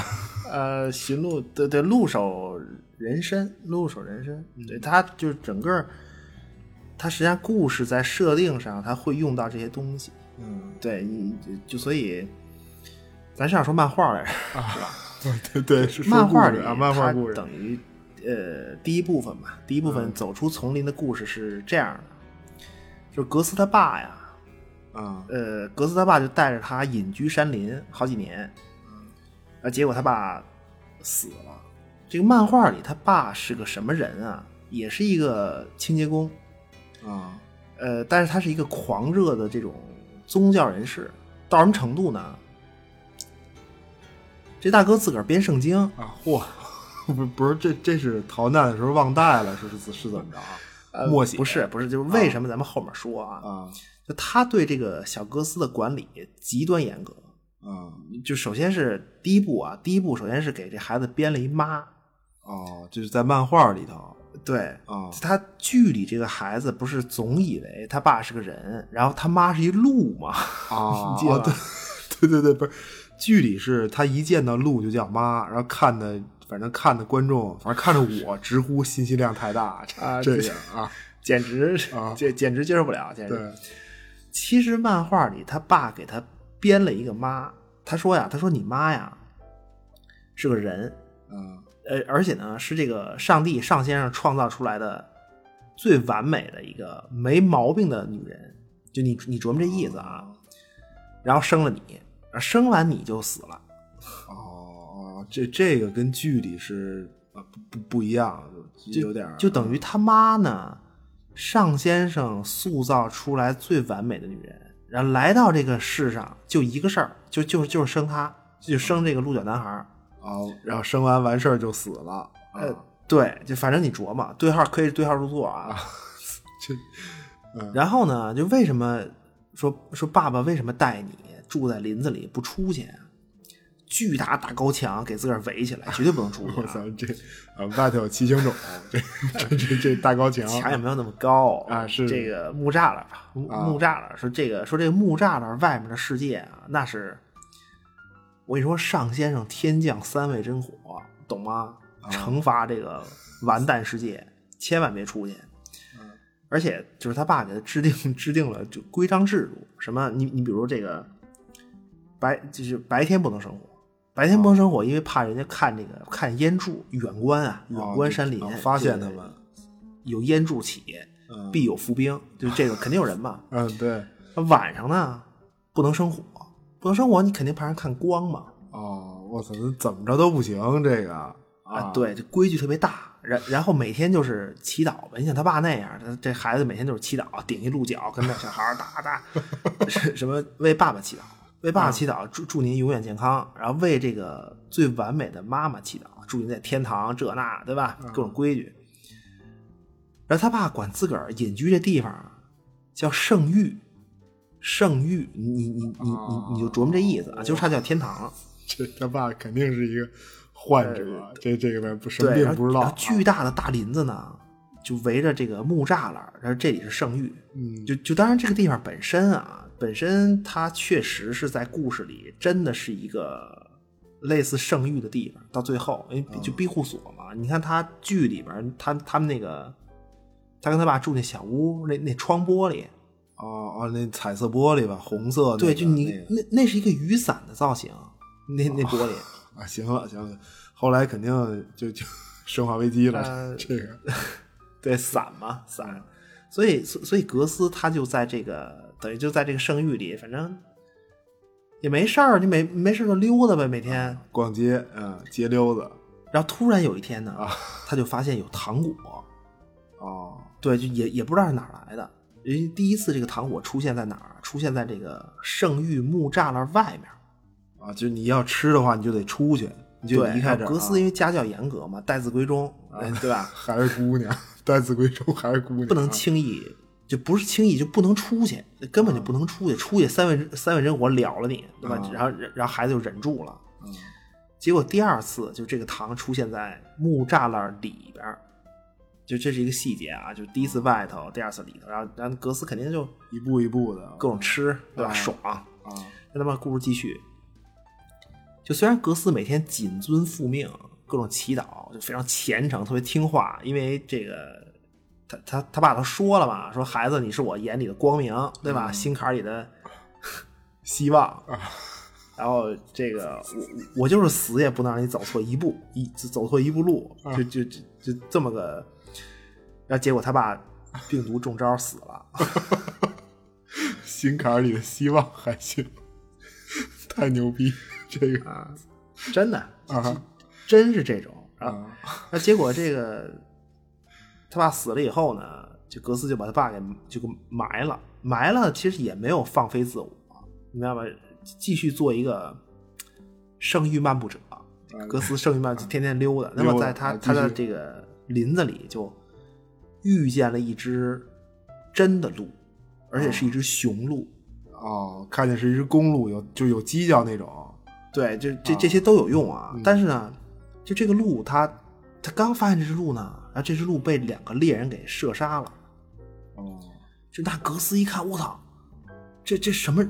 Speaker 4: 呃，驯鹿对对，鹿首人身，鹿首人身，
Speaker 2: 嗯
Speaker 4: 对，它就是整个，它实际上故事在设定上，它会用到这些东西。
Speaker 2: 嗯，
Speaker 4: 对，你就所以，咱是要说漫 画来着，
Speaker 2: 对对，是
Speaker 4: 漫画里
Speaker 2: 啊，漫画
Speaker 4: 它
Speaker 2: 故事嗯
Speaker 4: 等于呃第一部分嘛，第一部分走出丛林的故事是这样的，就是格斯他爸呀，
Speaker 2: 啊，
Speaker 4: 呃，格斯他爸就带着他隐居山林好几年，啊，结果他爸死了。这个漫画里他爸是个什么人啊？也是一个清洁工，
Speaker 2: 啊
Speaker 4: 呃，但是他是一个狂热的这种宗教人士，到什么程度呢？这大哥自个儿编圣经，
Speaker 2: 啊，嚯！不不是，这这是逃难的时候忘带了，是是是怎么着啊？
Speaker 4: 呃
Speaker 2: 默写
Speaker 4: 不是不是，就是为什么咱们后面说啊？
Speaker 2: 啊
Speaker 4: 就他对这个小哥斯的管理极端严格。
Speaker 2: 啊
Speaker 4: 就首先是第一步啊，第一步首先是给这孩子编了一妈，
Speaker 2: 哦，就是在漫画里头
Speaker 4: 对，哦
Speaker 2: 啊
Speaker 4: 他剧里这个孩子不是总以为他爸是个人，然后他妈是一鹿吗？
Speaker 2: 啊，
Speaker 4: 你记得
Speaker 2: 哦
Speaker 4: 吧
Speaker 2: 对对对对，不是剧里是他一见到鹿就叫妈，然后看的反正看的观众，反正看着我直呼信息量太大，这
Speaker 4: 啊
Speaker 2: 这
Speaker 4: 对
Speaker 2: 样啊，
Speaker 4: 简直是
Speaker 2: 啊
Speaker 4: 这简直接受不了，简直。
Speaker 2: 对，
Speaker 4: 其实漫画里他爸给他编了一个妈，他说呀，他说你妈呀是个人，
Speaker 2: 嗯
Speaker 4: 呃，而且呢是这个上帝上先生创造出来的最完美的一个没毛病的女人，就你你琢磨这意思啊。然后生了你，生完你就死了。
Speaker 2: 哦哦，这这个跟剧里是啊不不不一样，就有点儿
Speaker 4: 就等于他妈呢，尚先生塑造出来最完美的女人，然后来到这个世上就一个事儿，就就就是生她，就生这个鹿角男孩儿。
Speaker 2: 哦，然后生完完事儿就死了，啊
Speaker 4: 呃，对，就反正你琢磨，对号可以对号入座啊。
Speaker 2: 这
Speaker 4: 然后呢，就为什么说说爸爸为什么带你住在林子里不出去啊？巨大大高墙给自个儿围起来，绝对不能出去、
Speaker 2: 我
Speaker 4: 啊。
Speaker 2: 操这啊外头有骑行种，这这这这大高墙
Speaker 4: 墙也没有那么高
Speaker 2: 啊是
Speaker 4: 这个木栅栏吧？啊木木栅栏说这个说这个木栅栏外面的世界啊，那是我跟你说，尚先生天降三味真火，懂吗？惩罚这个完蛋世界，千万别出去。而且就是他爸给他制定 制定了就规章制度，什么你你比如说这个白就是白天不能生火，白天不能生火，因为怕人家看这个看烟柱远观啊，远
Speaker 2: 哦
Speaker 4: 观
Speaker 2: 就
Speaker 4: 山林、
Speaker 2: 哦发现
Speaker 4: 这个
Speaker 2: 他们
Speaker 4: 有烟柱起，必有伏兵，就这个肯定有人嘛。
Speaker 2: 嗯对
Speaker 4: 晚上呢，不能生火，不能生火，你肯定怕人看光嘛。
Speaker 2: 哦，我操，怎么着都不行，这个
Speaker 4: 啊，对，这规矩特别大。然然后每天就是祈祷吧，你想他爸那样，他这孩子每天就是祈祷，顶一鹿角跟那小孩儿哒哒，是什么为爸爸祈祷，为爸爸祈祷，祝祝您永远健康，然后为这个最完美的妈妈祈祷，祝您在天堂这那，对吧？各种规矩。然后他爸管自个儿隐居这地方啊叫圣域，圣域，你你你你你你就琢磨这意思啊，就差叫天堂了。
Speaker 2: 这他爸肯定是一个患者，这这个边不生
Speaker 4: 对，
Speaker 2: 病
Speaker 4: 然后
Speaker 2: 不知道
Speaker 4: 然
Speaker 2: 啊
Speaker 4: 后，巨大的大林子呢，就围着这个木栅栏儿，然后这里是圣域。
Speaker 2: 嗯
Speaker 4: 就就当然这个地方本身啊，本身它确实是在故事里真的是一个类似圣域的地方。到最后，因为就
Speaker 2: 嗯
Speaker 4: 庇护所嘛，你看他剧里边，他他们那个，他跟他爸住那小屋，那那窗玻璃，
Speaker 2: 哦哦，那彩色玻璃吧，红色那个、
Speaker 4: 对，就你
Speaker 2: 哦那个
Speaker 4: 那那是一个雨伞的造型，那那玻璃。
Speaker 2: 啊，行了行了，后来肯定就就 生化危机了，
Speaker 4: 呃
Speaker 2: 这个
Speaker 4: 对，散
Speaker 2: 嗯
Speaker 4: 嘛散，所以所所以格斯他就在这个等于就在这个圣域里，反正也没事儿，就没没事儿就溜达呗，每天。
Speaker 2: 逛街啊、嗯街溜子
Speaker 4: 然后突然有一天呢
Speaker 2: 啊，
Speaker 4: 他就发现有糖果，
Speaker 2: 哦
Speaker 4: 对，就也也不知道是哪儿来的。人家第一次这个糖果出现在哪儿？出现在这个圣域木栅栏外面。
Speaker 2: 啊，就你要吃的话，你就得出去，你就
Speaker 4: 对，
Speaker 2: 离开
Speaker 4: 然
Speaker 2: 这
Speaker 4: 后
Speaker 2: 儿、
Speaker 4: 格斯
Speaker 2: 啊
Speaker 4: 因为家教严格嘛，待字闺中，对吧？
Speaker 2: 还是姑娘， 待字闺中还是姑娘，啊
Speaker 4: 不能轻易，就不是轻易就不能出去，根本就不能出去，出去三味三味真火了了你，对吧？
Speaker 2: 嗯
Speaker 4: 然后然后孩子就忍住了，
Speaker 2: 嗯
Speaker 4: 结果第二次就这个糖出现在木栅栏里边儿，就这是一个细节啊，就第一次外头，第二次里头，然后然后格斯肯定就
Speaker 2: 一步一步的
Speaker 4: 各种吃，对吧？
Speaker 2: 嗯
Speaker 4: 爽，
Speaker 2: 啊
Speaker 4: 让他妈故事继续。就虽然格斯每天谨遵父命，各种祈祷，就非常虔诚，特别听话，因为这个他他他爸都说了嘛，说孩子你是我眼里的光明，对吧？心坎里的 希望。然后这个我我就是死也不能让你走错一步，一走错一步路，就就就就这么个。然后结果他爸病毒中招死了。
Speaker 2: 心坎里的希望还行，太牛逼，这个
Speaker 4: 啊， 真的，
Speaker 2: 啊
Speaker 4: 真是这种
Speaker 5: 嗯
Speaker 4: 啊。
Speaker 2: 啊
Speaker 4: 那结果这个他爸死了以后呢，就格斯就把他爸给就给埋了，埋了其实也没有放飞自我，你明白吧？继续做一个生育漫步者，格斯生育漫就天天溜达。那么在他
Speaker 2: 啊
Speaker 4: 他的
Speaker 2: 继
Speaker 4: 这个林子里就遇见了一只真的鹿，
Speaker 5: 而且是一只雄鹿，
Speaker 2: 哦，看见是一只公鹿，有就有犄角那种，
Speaker 5: 对，就这这些都有用
Speaker 2: 嗯
Speaker 5: 啊。但是呢，就这个鹿，它它刚发现这只鹿呢，然后这只鹿被两个猎人给射杀了。
Speaker 2: 哦，
Speaker 5: 这那格斯一看，我操，这这什么？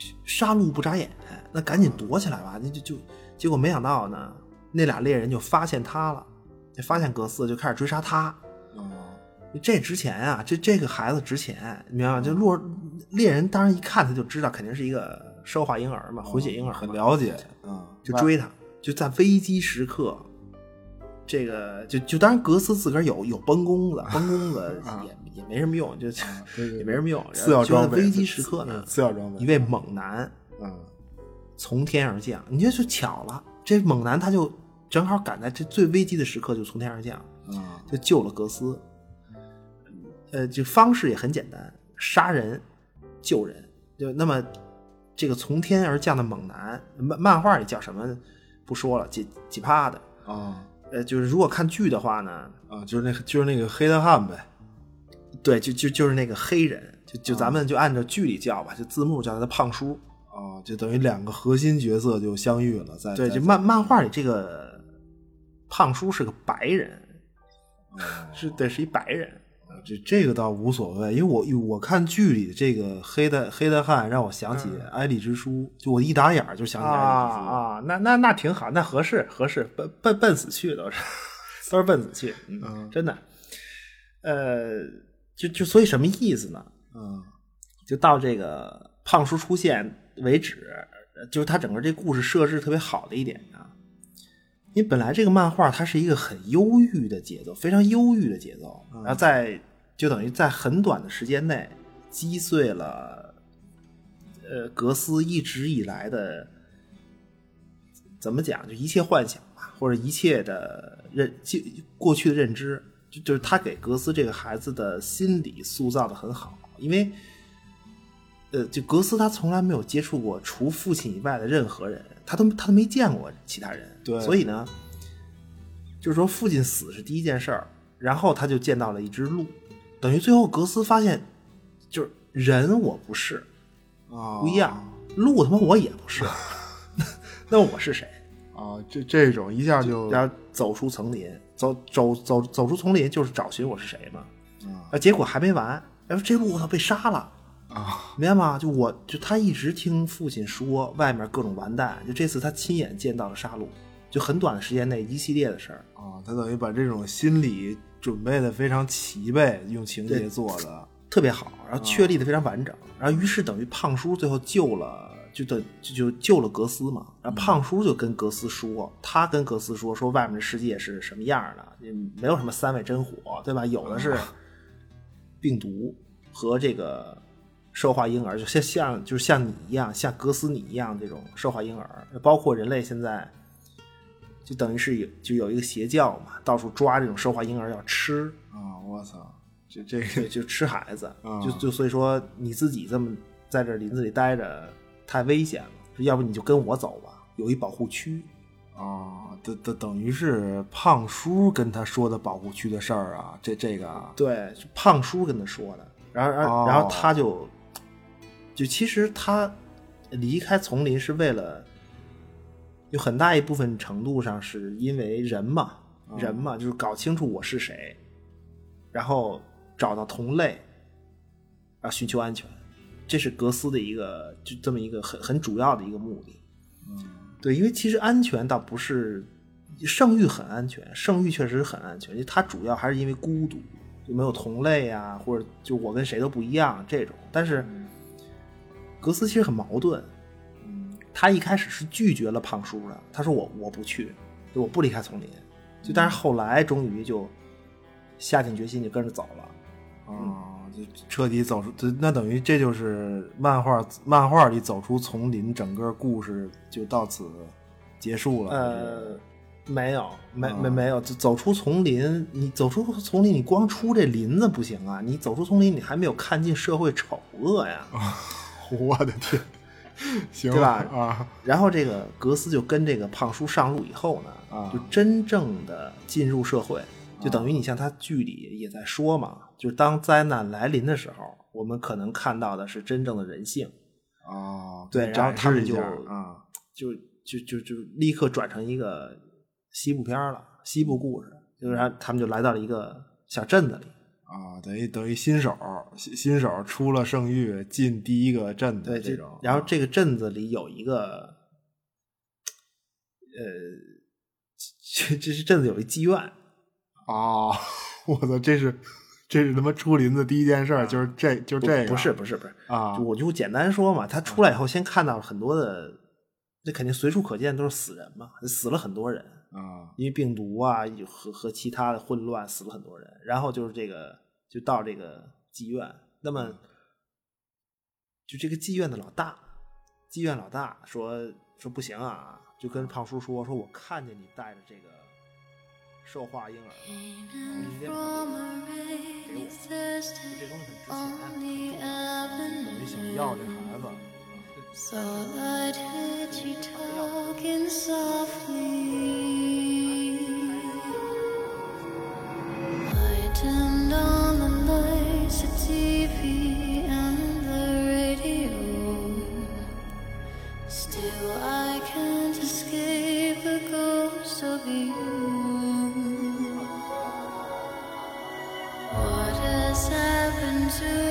Speaker 5: 这杀戮不眨眼，那赶紧躲起来吧。那就就结果没想到呢，那俩猎人就发现他了，就发现格斯就开始追杀他。
Speaker 2: 哦，
Speaker 5: 这值钱啊，这这个孩子值钱，你明白吗？这洛猎人当然一看他就知道肯定是一个生化婴儿嘛，混血婴儿嘛，
Speaker 2: 哦很了解，嗯，
Speaker 5: 就追他，就在危机时刻，这个就就当然格斯自个儿有有崩弓子，崩弓子也、也没什么用，就、
Speaker 2: 啊 对对
Speaker 5: 也没什么用。
Speaker 2: 次要
Speaker 5: 就在
Speaker 2: 装备，
Speaker 5: 危机时刻呢
Speaker 2: 嗯，次要装
Speaker 5: 一
Speaker 2: 备，
Speaker 5: 位猛男
Speaker 2: 嗯，
Speaker 5: 从天而降，你这就巧了，这猛男他就正好赶在这最危机的时刻就从天而降，
Speaker 2: 啊，
Speaker 5: 就救了格斯。呃，就方式也很简单，杀人、救人。就那么，这个从天而降的猛男，漫漫画里叫什么不说了，几几趴的。
Speaker 2: 啊，
Speaker 5: 呃，就是如果看剧的话呢，
Speaker 2: 啊，就是那就是那个黑大汉呗，
Speaker 5: 对，就就就是那个黑人，就就咱们就按照剧里叫吧，就字幕叫他胖叔。
Speaker 2: 啊，就等于两个核心角色就相遇了，在
Speaker 5: 对，
Speaker 2: 在
Speaker 5: 就漫漫画里这个胖叔是个白人，
Speaker 2: 哦
Speaker 5: 是对，是一白人。
Speaker 2: 这这个倒无所谓，因为我我看剧里这个黑的黑的汉让我想起
Speaker 5: 嗯
Speaker 2: 《埃利之书》就我一打眼儿就想起《
Speaker 4: 啊
Speaker 2: 埃利之书》
Speaker 4: 啊，那那那挺好，那合适合适，奔奔奔死去都是，都是奔死去，嗯，真的，呃，就就所以什么意思呢？
Speaker 2: 嗯
Speaker 4: 就到这个胖叔出现为止，呃就是他整个这故事设置特别好的一点啊。因为本来这个漫画它是一个很忧郁的节奏，非常忧郁的节奏，然后在就等于在很短的时间内击碎了，呃，格斯一直以来的怎么讲，就一切幻想吧，或者一切的认就过去的认知，就就是他给格斯这个孩子的心理塑造的很好，因为呃，就格斯他从来没有接触过除父亲以外的任何人，他都他都没见过其他人，
Speaker 2: 对
Speaker 4: 所以呢，就是说父亲死是第一件事儿，然后他就见到了一只鹿，等于最后格斯发现，就是人我不是，
Speaker 2: 啊，
Speaker 4: 不一样，鹿他妈我也不是，那我是谁？
Speaker 2: 啊，这这种一下就啊
Speaker 4: 然后走出丛林，走走走走出丛林就是找寻我是谁嘛。
Speaker 2: 啊
Speaker 4: 啊，结果还没完，然后这鹿我操被杀了，
Speaker 2: 啊
Speaker 4: 明白吗？就我就他一直听父亲说外面各种完蛋，就这次他亲眼见到了杀戮，就很短的时间内一系列的事儿，
Speaker 2: 啊，他等于把这种心理准备的非常齐备，用情节做的，
Speaker 4: 特别好，然后确立的非常完整，然后于是等于胖叔最后救了。就等就就救了格斯嘛，然后胖叔就跟格斯说，他跟格斯说说外面的世界是什么样儿的，也没有什么三味真火，对吧？有的是病毒和这个兽化婴儿，就像像就是像你一样，像格斯你一样这种兽化婴儿，包括人类现在就等于是有就有一个邪教嘛，到处抓这种兽化婴儿要吃，
Speaker 2: 啊，我操，这这个
Speaker 4: 对，就吃孩子，
Speaker 2: 啊
Speaker 4: 就就所以说你自己这么在这林子里待着太危险了，要不你就跟我走吧，有一保护区。
Speaker 2: 啊，等等等于是胖叔跟他说的保护区的事儿啊，这这个啊
Speaker 4: 对，是胖叔跟他说的，然后然后、
Speaker 2: 哦
Speaker 4: 然后他就就其实他离开丛林是为了有很大一部分程度上是因为人嘛，人嘛就是搞清楚我是谁，然后找到同类，啊，寻求安全，这是格斯的一个就这么一个很很主要的一个目的。对，因为其实安全倒不是圣域很安全，圣域确实很安全，因为它主要还是因为孤独，就没有同类啊，或者就我跟谁都不一样这种。但是格斯其实很矛盾，他一开始是拒绝了胖叔的，他说我我不去，就我不离开丛林。就但是后来终于就下定决心就跟着走了。
Speaker 2: 啊，
Speaker 4: 嗯
Speaker 2: 就彻底走出，这那等于这就是漫画漫画里走出丛林，整个故事就到此结束了。
Speaker 4: 呃，没有，没没
Speaker 2: 啊
Speaker 4: 没有，就走出丛林，你走出丛林，你光出这林子不行啊！你走出丛林，你还没有看尽社会丑恶呀。
Speaker 2: 啊还是 我的天，行
Speaker 4: 对吧
Speaker 2: 啊
Speaker 4: 然后这个格斯就跟这个胖叔上路以后呢，
Speaker 2: 啊
Speaker 4: 就真正的进入社会，就等于你像他剧里也在说嘛，就是当灾难来临的时候，我们可能看到的是真正的人性，
Speaker 6: 哦，
Speaker 4: 对，然后他们就
Speaker 6: 啊，
Speaker 4: 就就就就立刻转成一个西部片儿了，西部故事，就是他他们就来到了一个小镇子里，
Speaker 2: 啊，等于等于新手新新手出了圣域进第一个镇的
Speaker 4: 对，
Speaker 2: 这
Speaker 4: 这
Speaker 2: 种，
Speaker 4: 然后
Speaker 2: 啊
Speaker 4: 这个镇子里有一个，呃，这这是镇子有一妓院，
Speaker 2: 哦，我操，这是这是他妈出林子第一件事儿，就是这就是
Speaker 4: 啊
Speaker 2: 这
Speaker 4: 不
Speaker 2: 个
Speaker 4: 不是不是不是，
Speaker 2: 啊
Speaker 4: 就我就简单说嘛，他出来以后先看到了很多的，那肯定随处可见都是死人嘛，死了很多人，
Speaker 2: 啊
Speaker 4: 因为病毒啊有和和其他的混乱死了很多人，然后就是这个就到这个妓院，那么就这个妓院的老大，妓院老大说说不行啊，就跟胖叔说说我看见你带着这个兽化婴儿
Speaker 7: 嗯
Speaker 4: 了，这东西很值钱，很重要，等于想要这孩子。
Speaker 7: So I'd heard you talking softly. I turned on the lights, the TV, and the radio. Still, I can't escape the ghost of you. What has happened to